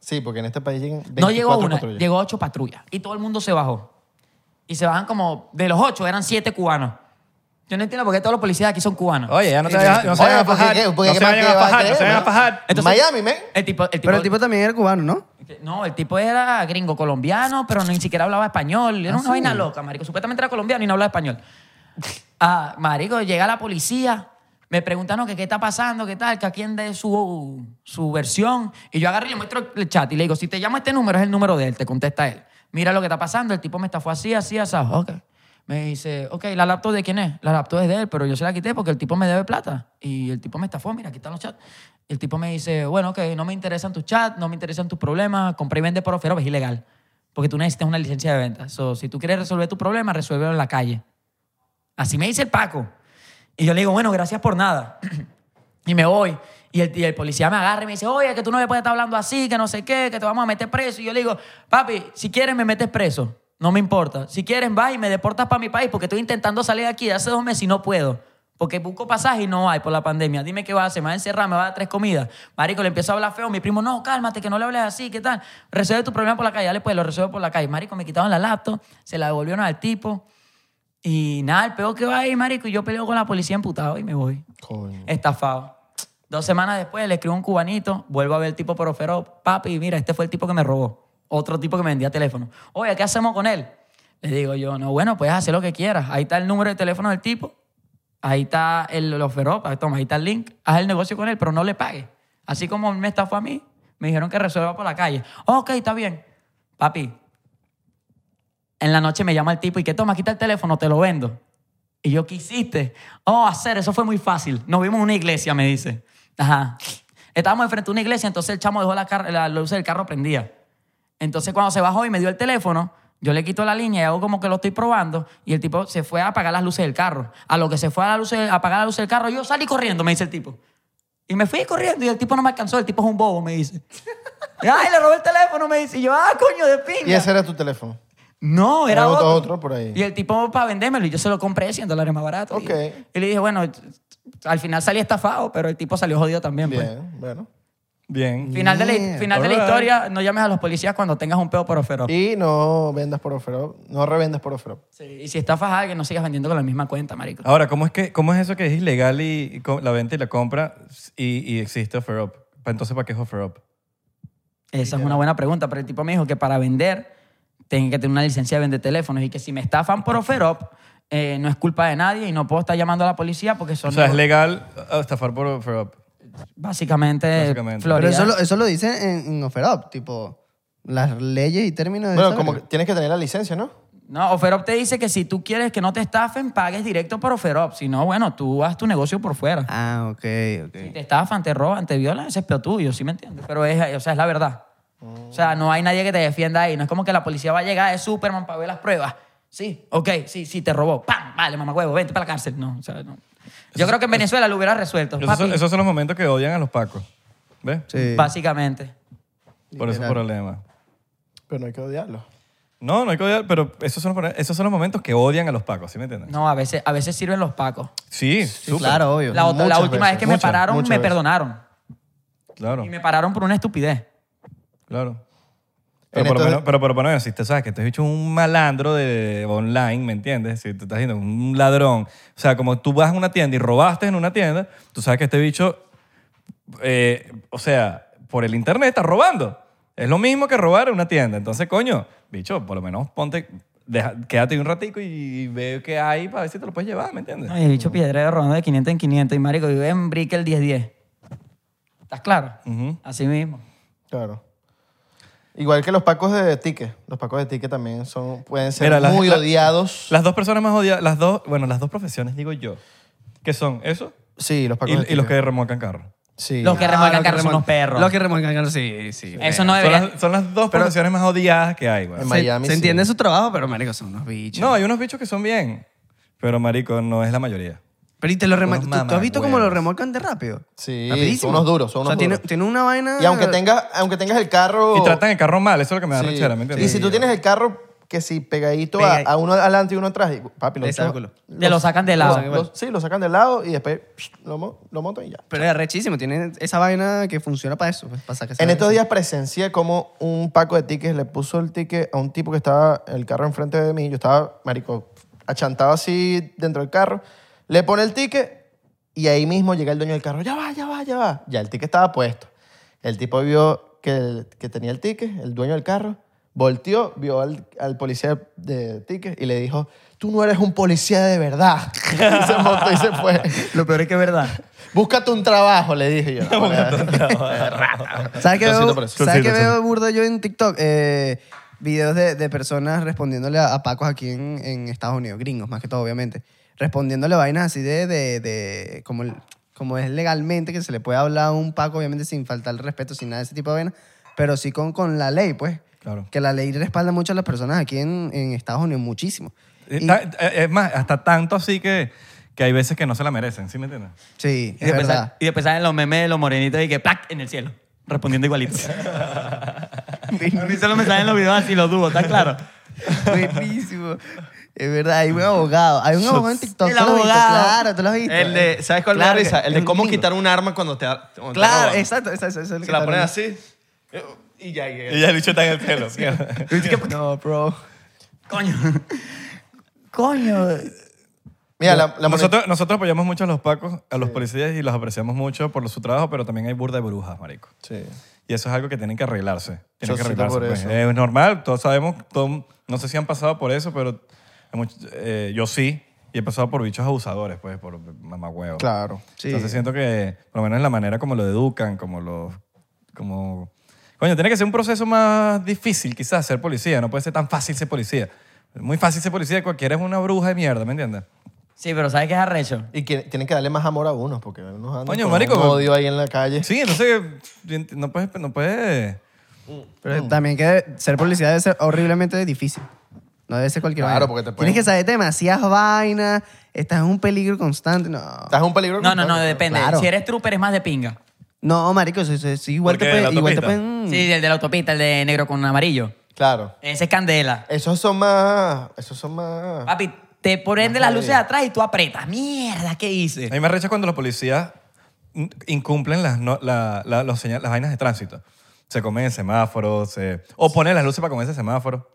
Sí, porque en este país llegan
No llegó
24
una,
patrullas.
llegó ocho patrullas. Y todo el mundo se bajó. Y se bajan como, de los ocho eran siete cubanos. Yo no entiendo por qué todos los policías de aquí son cubanos.
Oye, ya no, te vayas- no se
Oye,
vayan a
¿por qué
fajar.
qué? ¿Por qué
No se
qué más
vayan
que
a
va a
fajar, no
creer,
se vayan a
no?
fajar.
Entonces-
Miami, men.
El tipo, el tipo,
Pero el tipo también era cubano, ¿no?
No, el tipo era gringo colombiano, pero ni siquiera hablaba español. Era una vaina loca, marico. Supuestamente era colombiano y no hablaba español. Ah, marico, llega la policía, me preguntan, no, que qué está pasando, qué tal, que a quién dé su, su versión. Y yo agarro y le muestro el chat y le digo, si te llamo a este número, es el número de él, te contesta él. Mira lo que está pasando, el tipo me estafó así, así, así. Ok. Me dice, ok, ¿la laptop de quién es? La laptop es de él, pero yo se la quité porque el tipo me debe plata. Y el tipo me estafó, mira, aquí están los chats. El tipo me dice, bueno, ok, no me interesan tus chats, no me interesan tus problemas, compra y vende por oferta, es ilegal. Porque tú necesitas una licencia de venta. So, si tú quieres resolver tu problema, resuélvelo en la calle. Así me dice el Paco. Y yo le digo, bueno, gracias por nada. (clears throat) y me voy. Y el, y el policía me agarra y me dice, oye, que tú no me puedes estar hablando así, que no sé qué, que te vamos a meter preso. Y yo le digo, papi, si quieres me metes preso. No me importa. Si quieres, vas y me deportas para mi país porque estoy intentando salir de aquí de hace dos meses y no puedo. Porque busco pasaje y no hay por la pandemia. Dime qué vas a hacer. Me vas a encerrar, me vas a dar tres comidas. Marico, le empiezo a hablar feo. Mi primo, no, cálmate, que no le hables así, ¿qué tal? Resuelve tu problema por la calle. Dale, pues, lo resuelve por la calle. Marico, me quitaron la laptop, se la devolvieron al tipo. Y nada, el peor que va ahí, marico, y yo peleo con la policía emputado y me voy.
Coño.
Estafado. Dos semanas después le escribo a un cubanito, vuelvo a ver el tipo por ofero, papi, mira, este fue el tipo que me robó. Otro tipo que me vendía teléfono. Oye, ¿qué hacemos con él? Le digo yo, no, bueno, puedes hacer lo que quieras. Ahí está el número de teléfono del tipo, ahí está el el ofero, pa- toma, ahí está el link, haz el negocio con él, pero no le pagues. Así como me estafó a mí, me dijeron que resuelva por la calle. Ok, está bien. Papi, en la noche me llama el tipo y que toma, quita el teléfono, te lo vendo. Y yo, ¿qué hiciste? Oh, hacer, eso fue muy fácil. Nos vimos en una iglesia, me dice. Ajá. Estábamos enfrente de una iglesia, entonces el chamo dejó la, car- la luz del carro prendida. Entonces cuando se bajó y me dio el teléfono, yo le quito la línea y hago como que lo estoy probando y el tipo se fue a apagar las luces del carro. A lo que se fue a, la luz, a apagar la luz del carro, yo salí corriendo, me dice el tipo. Y me fui corriendo y el tipo no me alcanzó, el tipo es un bobo, me dice. (laughs) Ay, le robé el teléfono, me dice. Y yo, ah, coño, de pinga.
Y ese era tu teléfono.
No, era
Era
otro.
otro- otro por ahí.
Y el tipo para vendérmelo y yo se lo compré 100 dólares más barato.
Ok.
Y, y le dije, bueno, t- t- al final salí estafado, pero el tipo salió jodido también. pues.
Bien, bueno.
Bien.
Final, de la,
Yeah.
final de la
Alright.
historia, no llames a los policías cuando tengas un peo por ofero. Y,
Y no vendas por ofero, no revendas por ofero.
y si estafas a alguien, no sigas vendiendo con la misma cuenta, marico.
Ahora, ¿cómo es, que, ¿cómo es eso que es ilegal y, y co- la venta y la compra y, y existe offer up? Pa- Entonces, ¿para qué es offer up?
Esa es una buena pregunta, pero el tipo me dijo que para vender tengo que tener una licencia de vender teléfonos y que si me estafan por oferop, eh, no es culpa de nadie y no puedo estar llamando a la policía porque son...
O sea, es legal eh, estafar por offer up.
Básicamente,
Básicamente.
Florida.
Pero eso lo, eso lo dice en, en Offer Up, tipo, las leyes y términos de
Bueno,
esa
como que
verga.
tienes que tener la licencia, ¿no?
No, Oferop te dice que si tú quieres que no te estafen, pagues directo por Oferop. Si no, bueno, tú haz tu negocio por fuera.
Ah, ok, ok.
Si te estafan, te roban, te violan, ese es peor tuyo, ¿sí me entiendes? Pero es, o sea, es la verdad.
Mm.
O sea, no hay nadie que te defienda ahí. No es como que la policía va a llegar de Superman para ver las pruebas. Sí, ok, sí, sí, te robó. ¡Pam! Vale, mamá huevo, vente para la cárcel. No, o sea, no. Yo creo que en Venezuela lo hubiera resuelto.
Esos
papi,
son, esos son los momentos que odian a los pacos. ¿Ves?
Sí.
Básicamente.
Por esos
Literal.
problemas.
Pero no hay que odiarlo.
No, no hay que odiar, pero esos son, los, problemas- esos son los momentos que odian a los pacos, ¿sí me entiendes?
No, a veces, a veces sirven los pacos.
Sí,
Sí,
súper,
claro, obvio.
La, otra- la
Muchas
última
veces,
vez que me
muchas,
pararon,
muchas
me
veces.
perdonaron.
Claro,
Y me pararon por una estupidez.
claro. Pero
En
por, lo
estos- e-
menos, pero por lo menos, si te sabes que te has hecho un malandro de online, ¿me entiendes? Si te estás haciendo un ladrón. O sea, como tú vas a una tienda y robaste en una tienda, tú sabes que este bicho, eh, o sea, por el internet está robando. Es lo mismo que robar en una tienda. Entonces, coño, bicho, por lo menos ponte, deja- quédate ahí un ratico y ve qué hay para ver si te lo puedes llevar, ¿me entiendes?
Oye, bicho piedrero rodando de 500 en 500 y marico vive en Brick el 10-10. ¿Estás claro?
Ujú.
Así mismo.
Claro. Igual que los pacos de ticket. Los pacos de ticket también son, pueden ser
Mira, las-
muy
la-
odiados.
Las dos personas más odiadas, las dos, bueno, las dos profesiones, digo yo, que son eso
sí, los pacos de
y, y
ticket.
los que remolcan carros.
Sí.
Los que
Ah,
remolcan
los que
carros son
remol-
unos perros.
Los que remolcan carros, sí, sí.
Eso no
son,
debería...
las, son las dos profesiones más odiadas que hay, güey.
En
Se-
Miami,
Se
sí.
entiende su trabajo, pero marico, son unos bichos.
No, hay unos bichos que son bien, pero marico, no es la mayoría.
Pero y te lo
Unos
remolcan. ¿Tú, tú has visto cómo lo
mamahuevos.
remolcan de rápido?
Sí, son
Rapidísimo.
unos duros, son
o sea,
unos
tiene,
duros.
tiene una vaina.
Y aunque tengas, aunque tengas el carro...
Y tratan el carro mal, eso es lo que me da
Oh. Sí.
rechera, ¿me entiendes?
Y si tú tienes el carro que si pegadito a,
Pega-
a uno adelante y uno atrás, y, papi, lo,
De ángulo.
Te lo sacan de
lo-
lado.
lo- Sí, lo sacan del lado y después psh, lo, mo- lo montan y ya.
Pero es rechísimo, tiene esa vaina que funciona para eso. pues, para sacar esa
En estos
vaina.
días presencié como un paco de tickets le puso el ticket a un tipo que estaba el carro enfrente de mí. Yo estaba, marico, achantado así dentro del carro. Le pone el ticket y ahí mismo llega el dueño del carro. Ya va, ya va, ya va. Ya el ticket estaba puesto. El tipo vio que, que tenía el ticket, el dueño del carro. Volteó, vio al, al policía de ticket y le dijo, tú no eres un policía de verdad. (laughs) Y se montó y se fue.
Lo peor es que es verdad.
Búscate un trabajo, le dije yo.
(laughs)
No,
¿Sabes qué
Lo siento
veo,
por eso.
¿sabes
Lo
qué
siento,
veo burdo yo en TikTok? Eh, videos de, de personas respondiéndole a, a pacos aquí en, en Estados Unidos, gringos más que todo, obviamente. Respondiéndole vainas así de. de, de- como, el- como es legalmente que se le puede hablar a un paco, obviamente sin faltar el respeto, sin nada de ese tipo de vainas, pero sí con, con la ley, pues.
Claro.
Que la ley respalda mucho a las personas aquí en, en Estados Unidos, muchísimo.
Eh,
Y-
ta- eh, Es más, hasta tanto así que, que hay veces que no se la merecen, ¿sí me (laughs) entiendes?
sí,
Y
es
después,
verdad.
y después salen los memes de los morenitos y que ¡plac! en el cielo. Respondiendo igualito. A mí solo me salen los videos así, los dúos, ¿está claro?
Buenísimo. Es verdad, hay un abogado. Hay un abogado en TikTok.
El
¿tú lo has visto?
abogado.
Claro, tú lo has visto.
El de, ¿Sabes cuál
Claro
me da risa?
que-
El de
es
cómo
gringo.
quitar un arma cuando te cuando te
Claro,
roban.
exacto, exacto, eso es lo que
Se la
está
pones
hablando.
así eh, y ya llega.
Ella le está en el pelo.
(laughs)
No, bro. (laughs)
Coño. Coño.
Mira, la, la moneda-
nosotros, nosotros apoyamos mucho a los pacos, a los policías y los apreciamos mucho por su trabajo, pero también hay burda de brujas, marico.
Sí.
Y eso es algo que tienen que arreglarse. Tienen que
Yo sí te
arreglarse.
por
pues.
eso.
Es normal, todos sabemos, todo- no sé si han pasado por eso, pero hay much- eh, yo sí. Y he pasado por bichos abusadores, pues, por mamagüeos.
Claro.
Sí.
Entonces siento que, por lo menos en la manera como lo educan, como los... Como... Coño, tiene que ser un proceso más difícil quizás ser policía. No puede ser tan fácil ser policía. Es Muy fácil ser policía. Cualquiera es una bruja de mierda, ¿me entiendes?
Sí, pero ¿sabes qué es arrecho?
Y que, tienen que darle más amor a uno, porque unos andan
Coño,
con
marico,
un
pero-
odio ahí en la calle.
Sí, entonces no puedes... No puedes
Pero también que ser policía debe ser horriblemente difícil. No debe ser cualquier
Claro,
vaina.
porque te pueden-
Tienes que saber demasiadas vainas. Estás en un peligro constante. No.
Estás en un peligro.
No, no, no,
constante.
depende.
Claro.
Si eres trooper es más de pinga.
No, marico, sí, sí, sí, igual,
¿Por
te
qué? ¿De la
pueden, igual te
autopista?
pueden...
Sí, el de la autopista, el de negro con amarillo.
Claro.
Ese es candela.
Esos son más. Esos son más.
Papi, te ponen de las luces de atrás y tú aprietas. Mierda, ¿qué hice?
A mí me arrecha cuando los policías in- incumplen las, no- la- la- los señal- las vainas de tránsito. Se comen semáforos, se- o ponen las luces para comerse semáforo.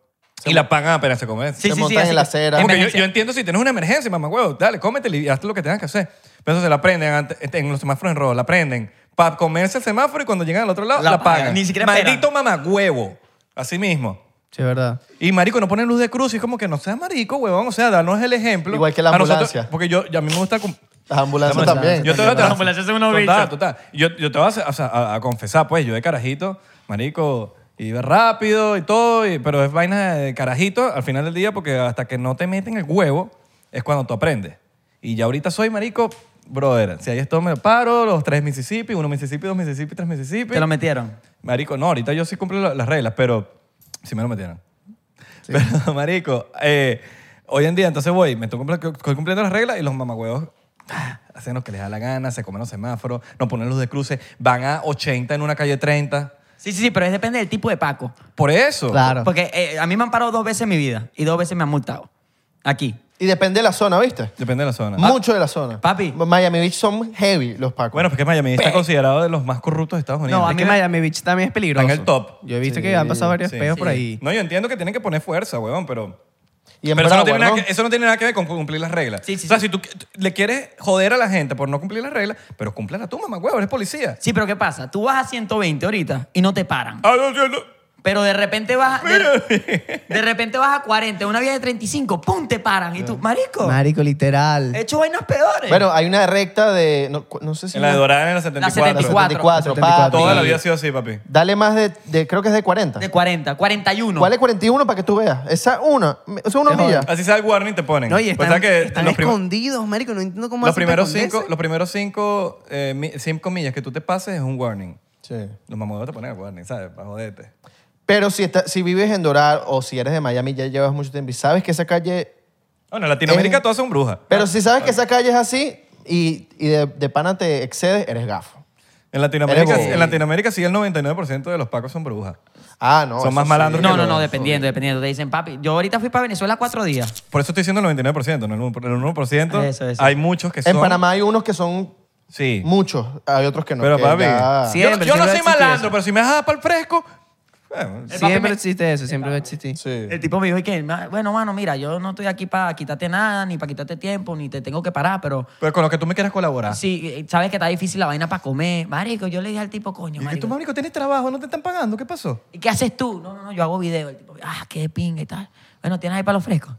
Y la apagan apenas se comen.
se montan
así
en la
que-
acera.
Como que yo,
emergencia.
yo entiendo si tienes una emergencia, mamá huevo, dale, cómetele y haz lo que tengas que hacer. Pero eso se la prenden antes- este, en los semáforos en rojo, la prenden para comerse el semáforo y cuando llegan al otro lado
La
la,
apagan.
apagan.
Ni siquiera
Maldito mamá huevo. Así mismo.
Sí, es verdad.
Y marico, no ponen luz de cruz y es como que no seas marico, huevón. O sea, danos el ejemplo.
Igual que la
A nosotros-
ambulancia.
porque yo, yo- a mí me gusta... cum-
Las ambulancias
Estamos-
también.
Yo te voy a
Las ambulancias son unos
Total,
bichos.
total. Yo, yo te voy a, hacer- o sea, a- a confesar, pues, yo de carajito, marico, iba rápido y todo, y- pero es vaina de carajito al final del día porque hasta que no te meten el huevo es cuando tú aprendes. Y ya ahorita soy marico, brother. Si ahí esto me paro, los tres Mississippi, uno Mississippi, dos Mississippi, tres Mississippi.
Te lo metieron.
Marico, no, ahorita yo sí cumplo la- las reglas, pero si me lo metieron. (laughs) Pero, marico, eh, hoy en día entonces voy, me estoy cumpli- estoy cumpliendo las reglas y los mamagüeos ah, hacen lo que les da la gana, se comen los semáforos, no ponen luz de cruce, van a 80 en una calle 30.
Sí, sí, sí, pero es depende del tipo de Paco.
Por eso.
Claro.
Porque eh, a mí me han parado dos veces en mi vida y dos veces me han multado. Aquí.
Y depende de la zona, ¿viste?
Depende de la zona.
Mucho de la zona.
Papi.
Miami Beach son heavy los pacos.
Bueno, porque Miami está
Pe-
considerado de los más corruptos de Estados Unidos.
No,
No,
a
a
mí
mí
que
me-
Miami Beach también es peligroso.
Está en el top.
Yo he visto que han pasado varios
Sí,
peos por
sí.
ahí.
No, yo entiendo que tienen que poner fuerza, huevón, pero...
y en
pero eso no,
Broward,
tiene nada
¿no?
que, eso no tiene nada que ver con cumplir las reglas.
Sí, sí,
o sea,
sí.
si tú qui- le quieres joder a la gente por no cumplir las reglas, pero cúmplela tú, mamá, huevo, eres policía.
Sí, pero ¿qué pasa? Tú vas a 120 ahorita y no te paran.
Ah, no, yo no.
Pero de repente vas de, de repente vas a 40, una vía de 35, ¡pum! te paran. Y tú, marico,
Marico, literal.
he hecho vainas peores.
Bueno, hay una recta de. No, cu- no sé si.
En la de Dorada en la 74.
74.
74,
74,
papi.
Toda la vida ha sido así, papi.
Dale más de, de- Creo que es de 40.
de 40, 41.
¿Cuál es 41 para que tú veas? Esa una. Es una milla.
Así sea el warning te ponen.
No,
Pues,
y están,
¿sabes que
están
los, prim-
escondidos, marico. No entiendo cómo
los
hacen para
primeros
esconderse.
cinco, los primeros cinco, eh, mi- cinco millas que tú te pases es un warning.
Sí.
Los mamodeos te ponen el warning, ¿sabes? Para joderte.
Pero si, está- si vives en Doral o si eres de Miami, ya llevas mucho tiempo y sabes que esa calle
Eh,
Bueno, en Latinoamérica
Es-
todas son brujas.
Pero si sabes que esa calle es así, y, y de, de pana te excedes, eres gafo.
En Latinoamérica,
Eres bobo.
en Latinoamérica sí el 99% de los pacos son brujas.
Ah, no.
Son
eso
más
sí.
malandros
No,
que
no,
los-
no, dependiendo, dependiendo. Te dicen, papi, yo ahorita fui para Venezuela cuatro días.
Por eso estoy diciendo el 99%, no el 1%. El 1%
Eso, eso.
Hay muchos que son...
En Panamá hay unos que son
Sí.
muchos, hay otros que no.
Pero,
que
papi,
ya-
sí,
Yo-
Siempre,
yo, no
siempre
soy
existe
malandro,
eso.
pero si me dejas para el fresco... eh, bueno,
El papi
Siempre
me-
existe eso, siempre va a existir.
sí.
El tipo me dijo, y que, "Ma- bueno, mano, mira, yo no estoy aquí para quitarte nada, ni para quitarte tiempo, ni te tengo que parar, pero
pero con lo que tú me quieras colaborar.
sí, eh, sabes que está difícil la vaina para comer. Marico, yo le dije al tipo, coño,
Y que tú,
marico,
marico, tienes trabajo, no te están pagando, ¿qué pasó?
¿y qué haces tú? No, no, no, yo hago video. El tipo, ah, qué pinga y tal. Bueno, ¿tienes ahí para los frescos?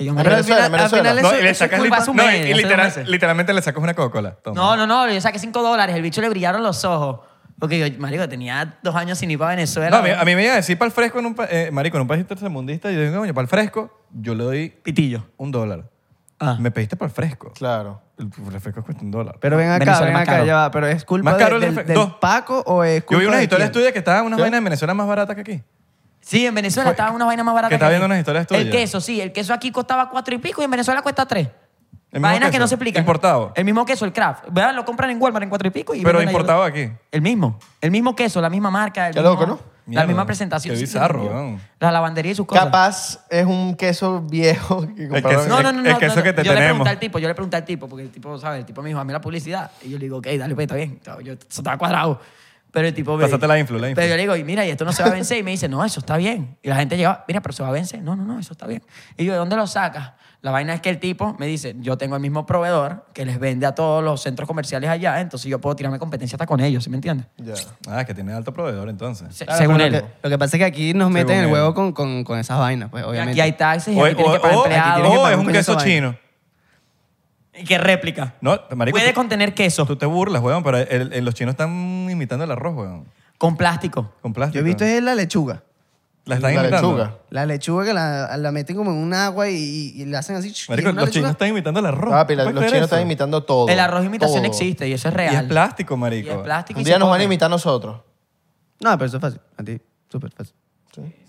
Y yo, "Marico,
Pero Venezuela, Venezuela.
No,
eso-
y
eso
le
es
sacas
culpa
lit-
hace un
no, y-
mes,
y
hace dos
literal-
meses.
literalmente le sacas una Coca-Cola. Toma.
No, no, no, yo saqué 5 dólares. El bicho le brillaron los ojos. Porque yo, marico, tenía dos años sin ir para Venezuela.
No, a, mí,
¿no?
a mí me iba a decir para el fresco, en un, pa- eh, marico, en un país tercermundista, y yo digo, coño, para el fresco, yo le doy
Pitillo.
un dólar.
Ah.
Me pediste para el fresco.
Claro.
El refresco cuesta un dólar.
Pero ven acá,
Venezuela
ven
más
acá,
caro.
ya va. Pero es culpa
Más
de-
caro el
del,
refe-
del
dos.
Paco o es
yo
culpa
vi unas
de
historias
quién?
tuyas que estaban unas vainas en Venezuela más baratas que aquí.
Sí, en Venezuela estaba una vaina más barata.
que estaba
aquí.
viendo unas historias tuyas.
El queso, sí. El queso aquí costaba cuatro y pico y en Venezuela cuesta tres.
¿El mismo
Vainas que
queso?
no se explican.
¿Importado?
El mismo queso, el craft. Vean, lo compran en Walmart en cuatro y pico y.
Pero
venden ahí
importado
otro.
aquí.
El mismo. El mismo queso, la misma marca. el
Qué
mismo-
loco, ¿no?
La
Mierda,
misma presentación.
qué
Sí,
bizarro,
Dios mío.
weón.
La lavandería y sus cosas.
Capaz es un queso viejo que compraron.
queso-
No, no, no,
El-
no.
el queso
no, no.
que te
yo le
tenemos.
pregunté al tipo, yo le pregunté al tipo, porque el tipo, ¿sabes? El tipo me dijo, a mí la publicidad. Y yo le digo, ok, dale, pues, está bien. Yo, eso está cuadrado. Pero el tipo... me-
Pásate la influ, la influ.
Pero yo le digo, y mira, y esto no se va a vencer. Y me dice, no, eso está bien. Y la gente llega, mira, pero se va a vencer. No, no, no, eso está bien. Y yo, ¿de dónde lo sacas? La vaina es que el tipo me dice, yo tengo el mismo proveedor que les vende a todos los centros comerciales allá, entonces yo puedo tirarme competencia hasta con ellos, ¿sí me entiendes?
Ya.
Ah, que tiene alto proveedor entonces.
Se-
Claro,
según
pero
él.
Lo que, lo que pasa es que aquí nos meten
Según
en el
él.
huevo con, con, con esas vainas, pues,
Y
obviamente.
aquí hay taxis, y
O,
aquí tienen que
o-
pagar
o-
empleados.
tienen que
o
pagar
es
un
un
coño esa
queso
vaina.
chino.
¿Y qué réplica?
No, marico,
Puede
tú-
contener queso
Tú te burlas, weón, pero el- el- los chinos están imitando el arroz, weón.
con plástico.
Con plástico.
Yo he visto es la lechuga.
La están
La
imitando.
lechuga.
La lechuga que la, la meten como en un agua y, y la hacen así. y
Marico,
es una
los
lechuga.
chinos están imitando el arroz.
Papi, la-
¿Puedes
los
creer
chinos
eso?
están imitando todo.
El arroz imitación
todo.
existe y eso es real.
Y es plástico,
Y
marico.
es plástico
Un
y
día
se,
nos van a
pone-
imitar a nosotros.
No, pero eso es fácil. A ti, súper fácil.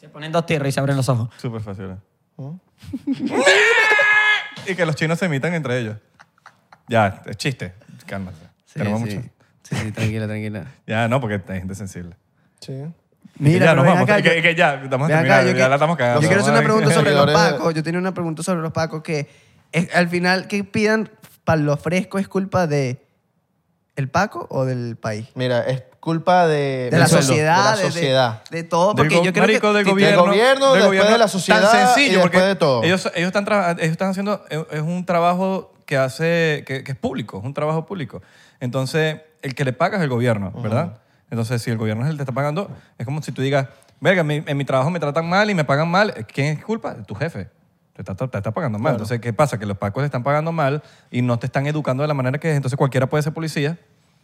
se ponen dos tierras y se abren los
(laughs)
ojos.
Súper fácil. ¿eh?
¿Ah?
y que los chinos se imitan entre ellos. Ya, es chiste. Cálmate.
Sí,
Te amo
sí.
mucho.
Sí, sí, tranquila, (laughs) tranquila.
Ya, no, porque hay gente sensible.
Sí.
Mira, ya
pero
nos
ven
vamos.
acá,
Es que,
yo-
es que ya, estamos
Ven acá,
terminando.
yo
ya
que-
la estamos cagando.
Yo quiero hacer una pregunta
(laughs)
sobre los
Seguidores de-
pacos. Yo tenía una pregunta sobre los pacos que es, al final que pidan para lo fresco es culpa de el paco o del país.
Mira, es culpa de,
De la
del sueldo,
sociedad,
De
de-
la
de-
sociedad.
De, todo, porque
Del go-
yo creo
marico,
que
del
si-
gobierno,
gobierno,
del
después
gobierno,
de la sociedad
tan sencillo
y después
porque
de todo.
ellos ellos están traba- ellos están haciendo es es un trabajo que hace que, que es público es un trabajo público entonces el que le paga es el gobierno verdad entonces si el gobierno es el que te está pagando es como si tú digas verga mi- en mi trabajo me tratan mal y me pagan mal quién es culpa tu jefe te está, te está pagando mal. Entonces, ¿qué pasa? Que los pacos te están pagando mal y no te están educando de la manera que es. Entonces, cualquiera puede ser policía.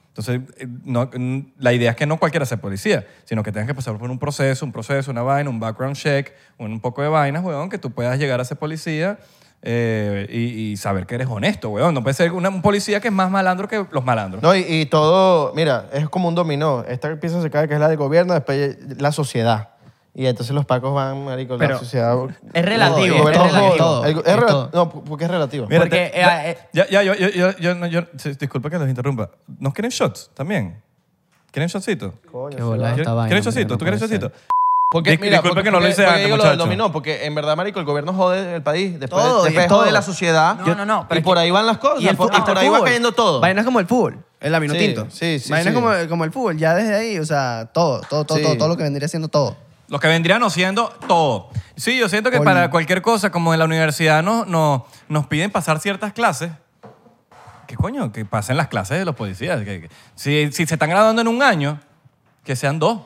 Entonces, eh, no, mm, la idea es que no cualquiera sea policía, sino que tengas que pasar por un proceso, un proceso, una vaina, un background check, un, un poco de vainas, weón, que tú puedas llegar a ser policía eh, y, y saber que eres honesto, weón. No puede ser una- un policía que es más malandro que los malandros.
No, y, y todo, mira, es como un dominó. Esta pieza se cae que es la del gobierno, después la sociedad. Y entonces los pacos van, marico, la
Pero
sociedad.
es relativo,
el gobierno
es relativo.
joda. El- es
Es
rela-
todo.
No, porque es relativo.
Mira,
Porque,
te-
eh,
ya-
eh,
ya, ya, yo, yo, yo- yo no- yo- sí, disculpa que los interrumpa. ¿Nos quieren shots también? ¿Quieren shotcito?
Coño,
Qué bola
¿Quieren
esta vaina.
¿quieren
marico,
shotcito?
no
¿Tú quieres
puede ser.
shotcito?
Porque,
Dis-
mira,
disculpe
porque-
que no lo hice
porque
antes,
digo lo del
muchacho.
dominó, porque en verdad, marico, el gobierno jode el país, después,
Todo, y
después
es
jode
todo.
la sociedad.
No, no, no, pero
Y
es
por
que-
ahí van las cosas,
y
y,
el
por,
fu-
y por
hasta
ahí va
fútbol.
cayendo todo.
Vainas como el fútbol, el aminotinto.
Sí, sí, sí,
Vainas
sí.
Como, como el fútbol, ya desde ahí, o sea, todo, todo, todo,
Sí.
todo, todo lo que vendría siendo todo.
Lo que vendría no siendo todo. Sí, yo siento que
Ol-
para cualquier cosa, como en la universidad no, no- nos piden pasar ciertas clases. ¿Qué coño? Que pasen las clases de los policías. Que- que- si, si se están graduando en un año, que sean dos.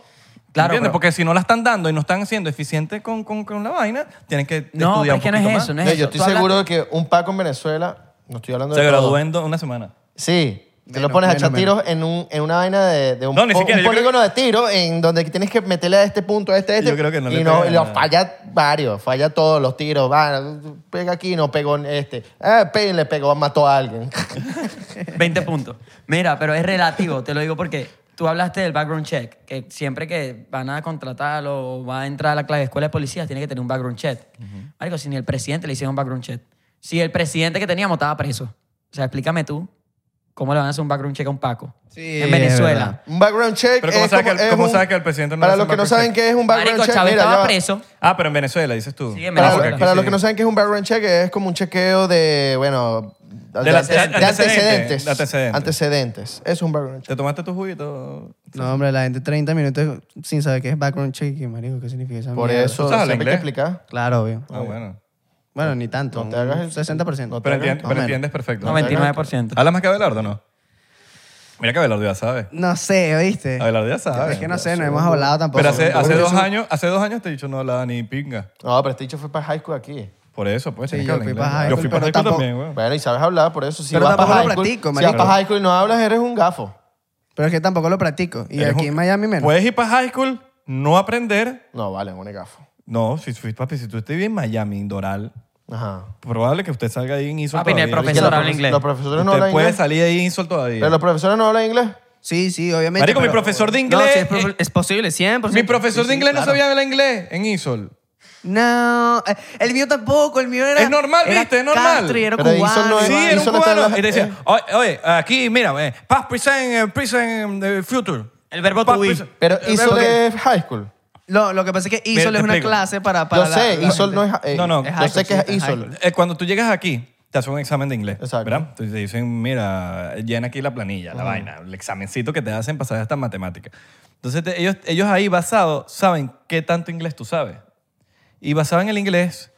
Claro,
¿Entiendes?
pero-
Porque si no la están dando y no están siendo eficientes con, con, con la vaina, tienen que
No,
estudiar
pero
un
es que no es
poquito más.
eso, no
No,
es eso.
yo estoy
Tú hablas-
seguro de que un paco en Venezuela, no estoy hablando
Se
de todo.
graduó en do- una semana.
Sí. Te lo
Menos,
pones a echar
menos,
tiros en, un, en una vaina de, de un,
No, ni
o-
siquiera,
un
yo creo
polígono de tiro en donde tienes que meterle a este punto, a este, a este.
Yo creo que no le
y no,
pega
y lo
nada.
falla varios, falla todos los tiros. Va, pega aquí, no pegó en este. Ah, pe- le pegó, mató a alguien. (laughs)
20 puntos. Mira, pero es relativo, te lo digo porque tú hablaste del background check, que siempre que van a contratar o va a entrar a la clase de escuela de policías, tiene que tener un background check. Marico, si ni el presidente le hicieron un background check. Si el presidente que teníamos estaba preso. O sea, explícame tú ¿Cómo le van a hacer un background check a un Paco?
Sí,
en
es
Venezuela.
Un background check.
Pero ¿cómo
es
sabe que el-
es
cómo
un-
sabe que el presidente no
Para
hace
los
un
que no
background
saben
check?
qué es un background
Marico,
check.
Chávez
mira, ya
estaba
va.
preso.
Ah, pero en Venezuela, dices tú.
Sí, en
Para,
Venezuela.
para
sí.
los que no saben qué es un background check, es como un chequeo de, bueno, de,
la-
ante- de
de
antecedentes.
antecedentes. Antecedentes.
Antecedentes. Es un background check.
¿Te tomaste tu juguito?
No, hombre, la gente 30 minutos sin saber qué es background check. y, marico, ¿qué significa esa
Por
mierda?
eso
¿Tú sabes
siempre hay que
inglés?
explicar.
Claro, obvio.
Ah, bueno.
Bueno, ni tanto.
No te hagas el-
60%.
no te
Pero,
hagas-
entien- pero
menos.
entiendes perfecto.
99%.
¿Hablas más que Abelardo no? Mira que Abelardo ya sabe.
No sé, ¿oíste?
Abelardo ya sabe.
Es que no sé, no hemos hablado tampoco.
Pero hace,
Yo
hace
creo
dos
que
años, hace dos años te he dicho no hablaba ni pinga.
No, pero este dicho fue para high school aquí.
Por eso, pues.
Sí,
tienes que
yo
hablar
fui
inglés.
pa' high
Yo
school,
fui para
pero
high school
tampoco-
también, weón.
Bueno, y sabes hablar, por eso. Si
Pero
vas para
tampoco lo
high school,
practico,
si vas
marico.
para high school y no hablas, eres un gafo.
Pero es que tampoco lo practico. Y
Eres
aquí
un-
en Miami menos.
Puedes ir para high school, no aprender.
No, vale, un gafo.
No, si fuiste, papi, si tú estuviste en Miami, en Doral,
Ajá.
probable que usted salga ahí en ISOL
Papi, ni el
todavía.
Que
profesor
los
habla
profe-
inglés.
Los profesores no
Usted
hablan
puede
inglés.
salir ahí en ISOL todavía.
Pero los profesores no hablan inglés.
Sí, sí, obviamente.
Marico, mi
pero-
profesor de
No,
inglés...
sí, es, pro- es posible, 100%.
Mi profesor
Sí,
de
sí,
inglés no
claro.
sabía hablar inglés en ISOL.
No, eh, el mío tampoco, el mío era...
Es normal,
era
¿viste? Es normal.
country, era
Pero
cubano.
eso no es-
Sí,
Igual.
era un
ISOL está en
cubano.
la-
Y
Eh.
decía, oye, oye, aquí, mira, eh, past, present, eh, present, eh, future.
El verbo
Past,
to be.
present.
Pero
El verbo
ISOL
que-
es high school.
No, lo que pasa es que
Mira,
ISOL
te
es una
explico.
clase para... para
Yo
la-
sé,
la
ISOL
gente.
no es... eh,
No, no,
es
Yo
high
sé
school,
que es
sí, es high
ISOL.
school.
Eh, cuando tú llegas aquí, te hacen un examen de inglés.
Exacto.
¿Verdad? Entonces te dicen, mira, llena aquí la planilla, la vaina, el examencito que te hacen pasar esta matemática. Entonces te- ellos, ellos ahí basado saben qué tanto inglés tú sabes. Y basado en el inglés,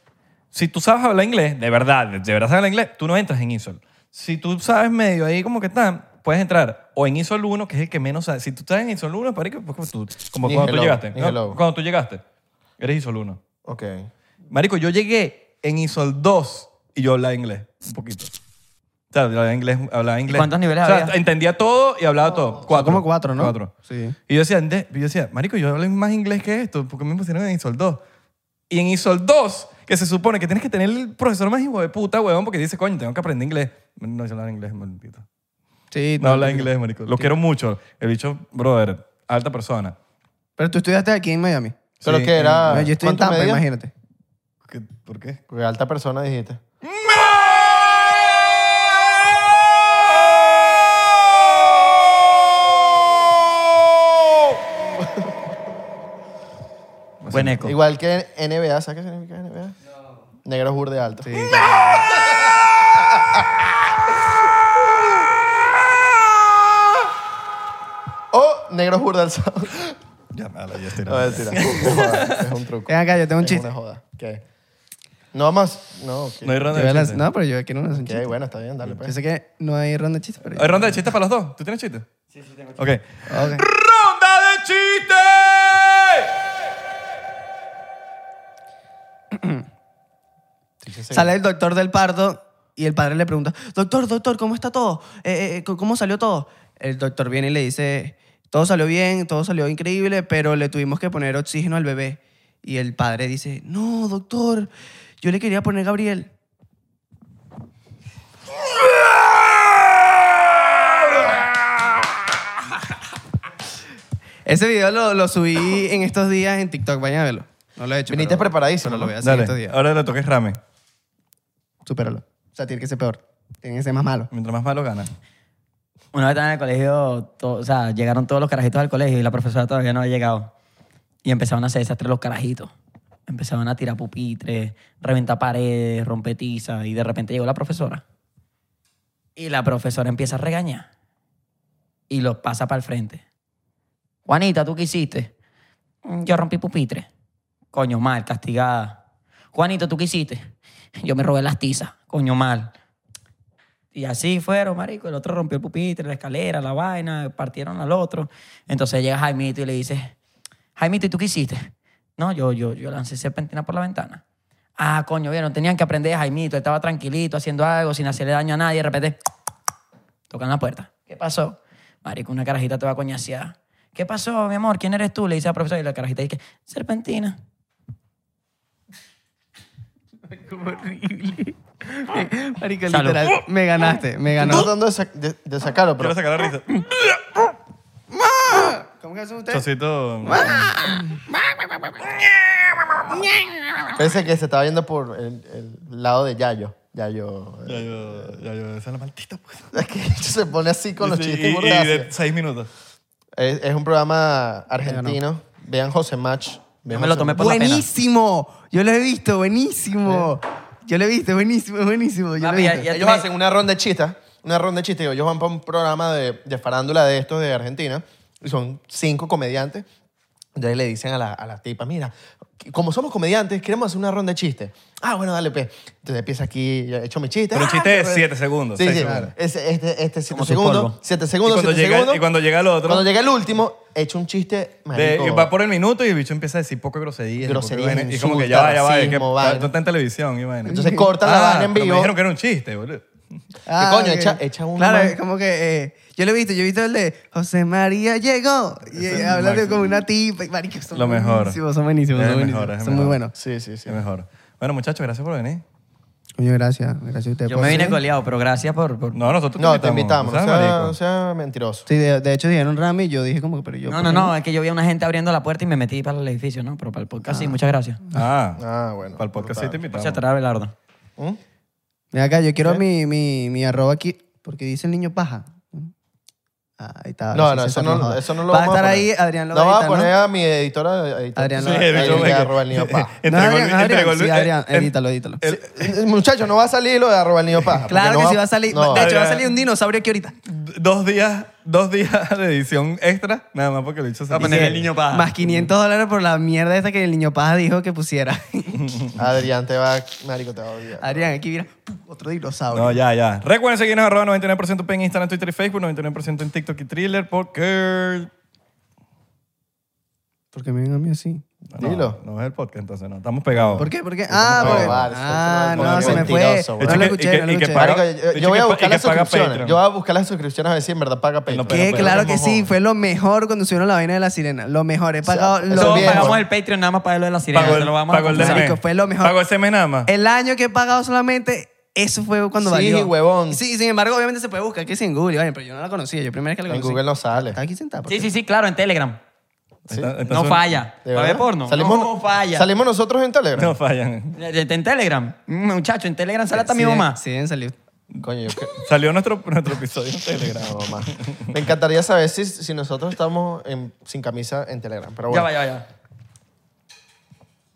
si tú sabes hablar inglés, de verdad, de verdad sabes hablar inglés, tú no entras en ISOL. Si tú sabes medio ahí como que están, puedes entrar o en ISOL 1, que es el que menos sabes. Si tú estás en ISOL 1, parece que pues, como, tú- como
Ni
cuando tú
hello,
llegaste.
ni
¿no?
hello.
Cuando tú llegaste, eres ISOL 1.
Ok.
Marico, yo llegué en ISOL 2 y yo hablaba inglés, un poquito. O sea, hablaba inglés. Hablaba inglés.
cuántos niveles
o sea,
había?
entendía todo y hablaba todo. Cuatro.
como cuatro, ¿no?
Cuatro.
Sí.
Y yo decía, "Ande-", y yo decía, marico, yo hablo más inglés que esto, porque me pusieron en ISOL 2. Y en ISOL 2, que se supone que tienes que tener el profesor más hijo de puta, huevón, porque dice, coño, tengo que aprender inglés. No sé hablar inglés, maldito.
Sí,
No habla inglés, marico. Lo quiero mucho. El bicho, brother, alta persona.
Pero tú estudiaste aquí en Miami.
Pero
Sí,
que era...
No, yo estoy en
Ah, ¿cuánto
Tampa,
medía?
imagínate.
¿Qué- ¿Por qué?
Porque alta persona dijiste.
Buen eco.
Igual que NBA, ¿sabes qué significa NBA? No. Negros burde alto. (laughs) O negros burde
(laughs)
alzado.
Ya, mala, ya
No,
estoy.
mentira. (laughs) Es joda, es un truco.
Ven acá, yo tengo un
Es
chiste.
una joda. ¿Qué? No más. No, ok.
No hay ronda
Yo voy a
de
lanzar-
chistes.
No, pero yo aquí no lanzo un
Ok,
chiste.
bueno, está bien, dale.
Yo
Pues.
sé que no hay ronda de chistes, pero...
¿Hay ronda de chistes para los dos? ¿Tú tienes chistes? Sí, sí, tengo chistes. Ok.
Ok.
¡Ronda de chistes!
Sale el doctor del parto y el padre le pregunta, doctor, doctor, ¿cómo está todo? Eh, eh, ¿Cómo salió todo? El doctor viene y le dice, todo salió bien, todo salió increíble, pero le tuvimos que poner oxígeno al bebé. Y el padre dice, no, doctor, yo le quería poner Gabriel. Ese video lo, lo subí en estos días en TikTok, vayan a verlo. No lo he hecho.
Viniste
pero-
preparadísimo,
pero
¿no?
lo voy a hacer en estos
Dale,
días.
ahora le toques ramen.
Supéralo. O sea, tiene que ser peor. Tiene que ser más malo.
Mientras más malo gana.
Una vez estaba en el colegio, to- o sea, llegaron todos los carajitos al colegio y la profesora todavía no había llegado. Y empezaron a hacer desastres los carajitos. Empezaron a tirar pupitres, reventar paredes, romper tizas. Y de repente llegó la profesora. Y la profesora empieza a regañar. Y los pasa para el frente. Juanita, ¿tú qué hiciste? "Mm, Yo rompí pupitres. Coño, mal, castigada. Juanito, ¿tú qué hiciste? Yo me robé las tizas. Coño, mal. Y así fueron, marico. El otro rompió el pupitre, la escalera, la vaina, partieron al otro. Entonces llega Jaimito y le dice, Jaimito, ¿y tú qué hiciste? No, yo, yo, yo lancé serpentina por la ventana. Ah, coño, vieron, tenían que aprender Jaimito. Él estaba tranquilito, haciendo algo, sin hacerle daño a nadie. De repente, tocan la puerta. ¿Qué pasó? Marico, una carajita toda coñaseada. ¿Qué pasó, mi amor? ¿Quién eres tú? Le dice la profesora y la carajita dice, serpentina.
Marico,
Salud.
literal, me ganaste,
Estoy
me ganaste.
tratando de, sac- de- de sacarlo, pero
Quiero sacar la risa.
¿Cómo que hacen ustedes?
Chocito.
parece que se estaba viendo por el, el lado de Yayo. (laughs) Ya yo...
Ya yo, ya yo, esa es la maldita puta.
Es que se pone así con los
Y-
chistes
y- y
burdas.
de seis minutos.
Es, es un programa argentino. Vean José Match.
Yo
Vean
me lo
José
tomé
Match.
por la pena.
¡Buenísimo! Yo lo he visto, buenísimo. Yo lo he visto, buenísimo, buenísimo. Yo lo
Papi,
he
ya-
visto.
ya
Ellos
tiene-
hacen una ronda de chistes. Una ronda de chistes. Ellos van para un programa de, de farándula de estos de Argentina. Y son cinco comediantes. Entonces le dicen a la, a la tipa, mira, como somos comediantes, queremos hacer una ronda de chistes. Ah, bueno, dale, pues. Entonces empieza aquí, yo he hecho mi chiste.
Pero
Ah,
chiste de
pues.
siete segundos,
Sí,
seis
sí.
segundos.
Ese- Este, este siete
Como su
segundos.
polvo.
Siete segundos,
y, cuando
siete
llega,
segundos.
y cuando llega el otro,
Cuando llega el último, he hecho un chiste
de-
marico.
y va por el minuto y el bicho empieza a decir poco grosería.
Groserías,
Y como que
insultos,
ya va, ya va. es que
racismo, vaina.
no está en televisión y vaina.
Entonces cortan la
Ah,
vaina en
pero Me
vivo.
dijeron que era un chiste, boludo.
¿Qué coño?
Ah, ok.
Echa- echa uno
Claro,
más.
es como que. eh, yo lo he visto, yo he visto el de José María llegó. Y
Ese
eh,
es
habla de
máximo.
como una tipa. y marico, son
Lo mejor.
buenísimos, son buenísimos.
Es
son
el
buenísimos,
mejor, es el
son muy
mejor.
buenos.
Sí, sí, sí.
Es mejor. Bueno, muchachos, gracias por venir.
Coño, gracias. Gracias a ustedes.
Yo
por
me vine
venir.
goleado, pero gracias por... por-
No, nosotros
No, te invitamos.
no
No
seas
sea,
marico.
no sea mentiroso.
Sí, de, de hecho dijeron Rami, yo dije como que, pero yo.
No,
¿por
no,
qué
no, es que yo vi a una gente abriendo la puerta y me metí para el edificio, ¿no? Pero para el podcast sí, muchas gracias.
Ah,
Ah, bueno.
para el podcast sí te invitamos.
Gracias, Tara Abelardo.
¿Mm?
Mira acá, yo quiero mi, mi, mi arroba aquí, porque dice el niño paja. Ah, ahí está.
No,
sí,
no,
sí,
eso
está
no,
mejor.
eso no lo
Va a
vamos
estar
poner.
ahí, Adrián lo
No
va
vamos a
a editar,
poner
¿no?
a mi editora. editora.
Adrián
Sí,
lo va a editar.
ahí,
Adrián.
arroba el niño paja.
No,
Entregó (laughs) el-
Adrián, Adrián,
entregó el-
eh,
sí, Adrián,
en-
edítalo, edítalo.
el-
Sí, Muchachos, no va a salir lo de arroba el niño paja.
Claro
eh, porque
que
no
sí va a salir. (laughs)
no.
de hecho, va a
Adrián.
salir un dinosaurio aquí ahorita.
dos días, dos días (laughs) de edición extra, nada más porque lo hizo
Va a poner el niño paja.
Más 500 dólares por la mierda esta que el niño paja dijo que pusiera. (laughs)
Adrián te va, marico, te va a odiar.
Adrián, aquí mira, ¡pum! otro dinosaurio.
No, ya, ya. Recuerden seguirnos arroba 99% en Instagram, Twitter y Facebook, 99% en TikTok y Thriller, porque...
¿Por qué me ven a mí así?
No,
Dilo.
No, es el podcast, entonces no. Estamos pegados.
¿Por qué? ¿Por qué? Ah,
No,
porque...
vale,
ah,
eso no
no,
es
se me fue.
mentiroso,
El
No
chico-
lo
y
escuché,
que-
no lo
y que
escuché.
paga-
Marico, yo,
Dice
yo voy a
que pa-
buscar
y que
las
paga
suscripciones.
Patreon.
Yo voy a buscar las suscripciones a ver si en verdad paga Patreon.
No,
Que
pero- pero-
claro
pero
que sí, fue lo mejor cuando subieron la vaina de la sirena. Lo mejor, he pagado
sea,
lo
eso
Todos
bien,
mejor.
bueno.
pagamos el Patreon nada más para lo de la sirena.
Pago
te
el,
lo vamos a
pago el de
confesar.
mes.
confesar. Marico, fue lo mejor.
Pago ese mes nada más.
El año que he pagado solamente, eso fue cuando
Sí,
valió.
huevón.
Sí, sin embargo, obviamente se puede buscar que sí en Google, vaina, pero yo no la conocía. Yo primera vez que la
En
conocí.
Google no sale.
Está aquí sentada. ¿por
Sí,
qué?
sí, sí, claro, en Telegram.
Ahí está- ahí está
No
su-
falla.
¿De
¿Para
verdad?
ver porno?
Salimos,
no falla.
Salimos nosotros en Telegram.
(laughs) No fallan.
En en Telegram. Mm, Muchacho, en Telegram sale hasta
Sí,
mi mamá.
Sí, deben salir.
Coño, yo qué-
Salió nuestro,
(laughs)
nuestro episodio en Telegram.
No, mamá. Me encantaría saber si, si nosotros estamos en- sin camisa en Telegram. Pero
Ya
bueno,
va, ya va, ya va.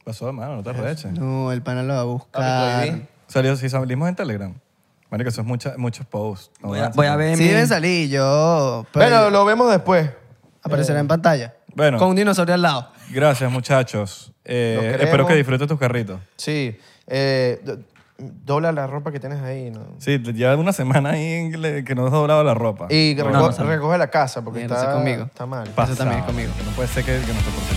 Pasó, hermano, no te arreches.
No, el pana lo va
Ah,
a
pero
buscar.
todavía.
Salió, sí, salimos en Telegram. Marico, eso es mucha- muchos posts. No
Voy a,
avanza.
voy a ver
Sí,
mi-
deben salir, yo. pero
bueno lo vemos después.
Aparecerá en pantalla.
Bueno.
Con un dinosaurio al lado.
Gracias, muchachos. Eh,
Los queremos.
espero que disfrutes tus carritos.
Sí. Eh, do- dobla la ropa que tienes ahí. ¿no?
Sí, lleva una semana ahí en le- que no has doblado la ropa.
Y
No,
reco-
no sale.
recoge la casa porque
Mierda,
está,
sí, conmigo.
está mal.
Pasado.
eso también es conmigo.
No puede ser que, que no te portes.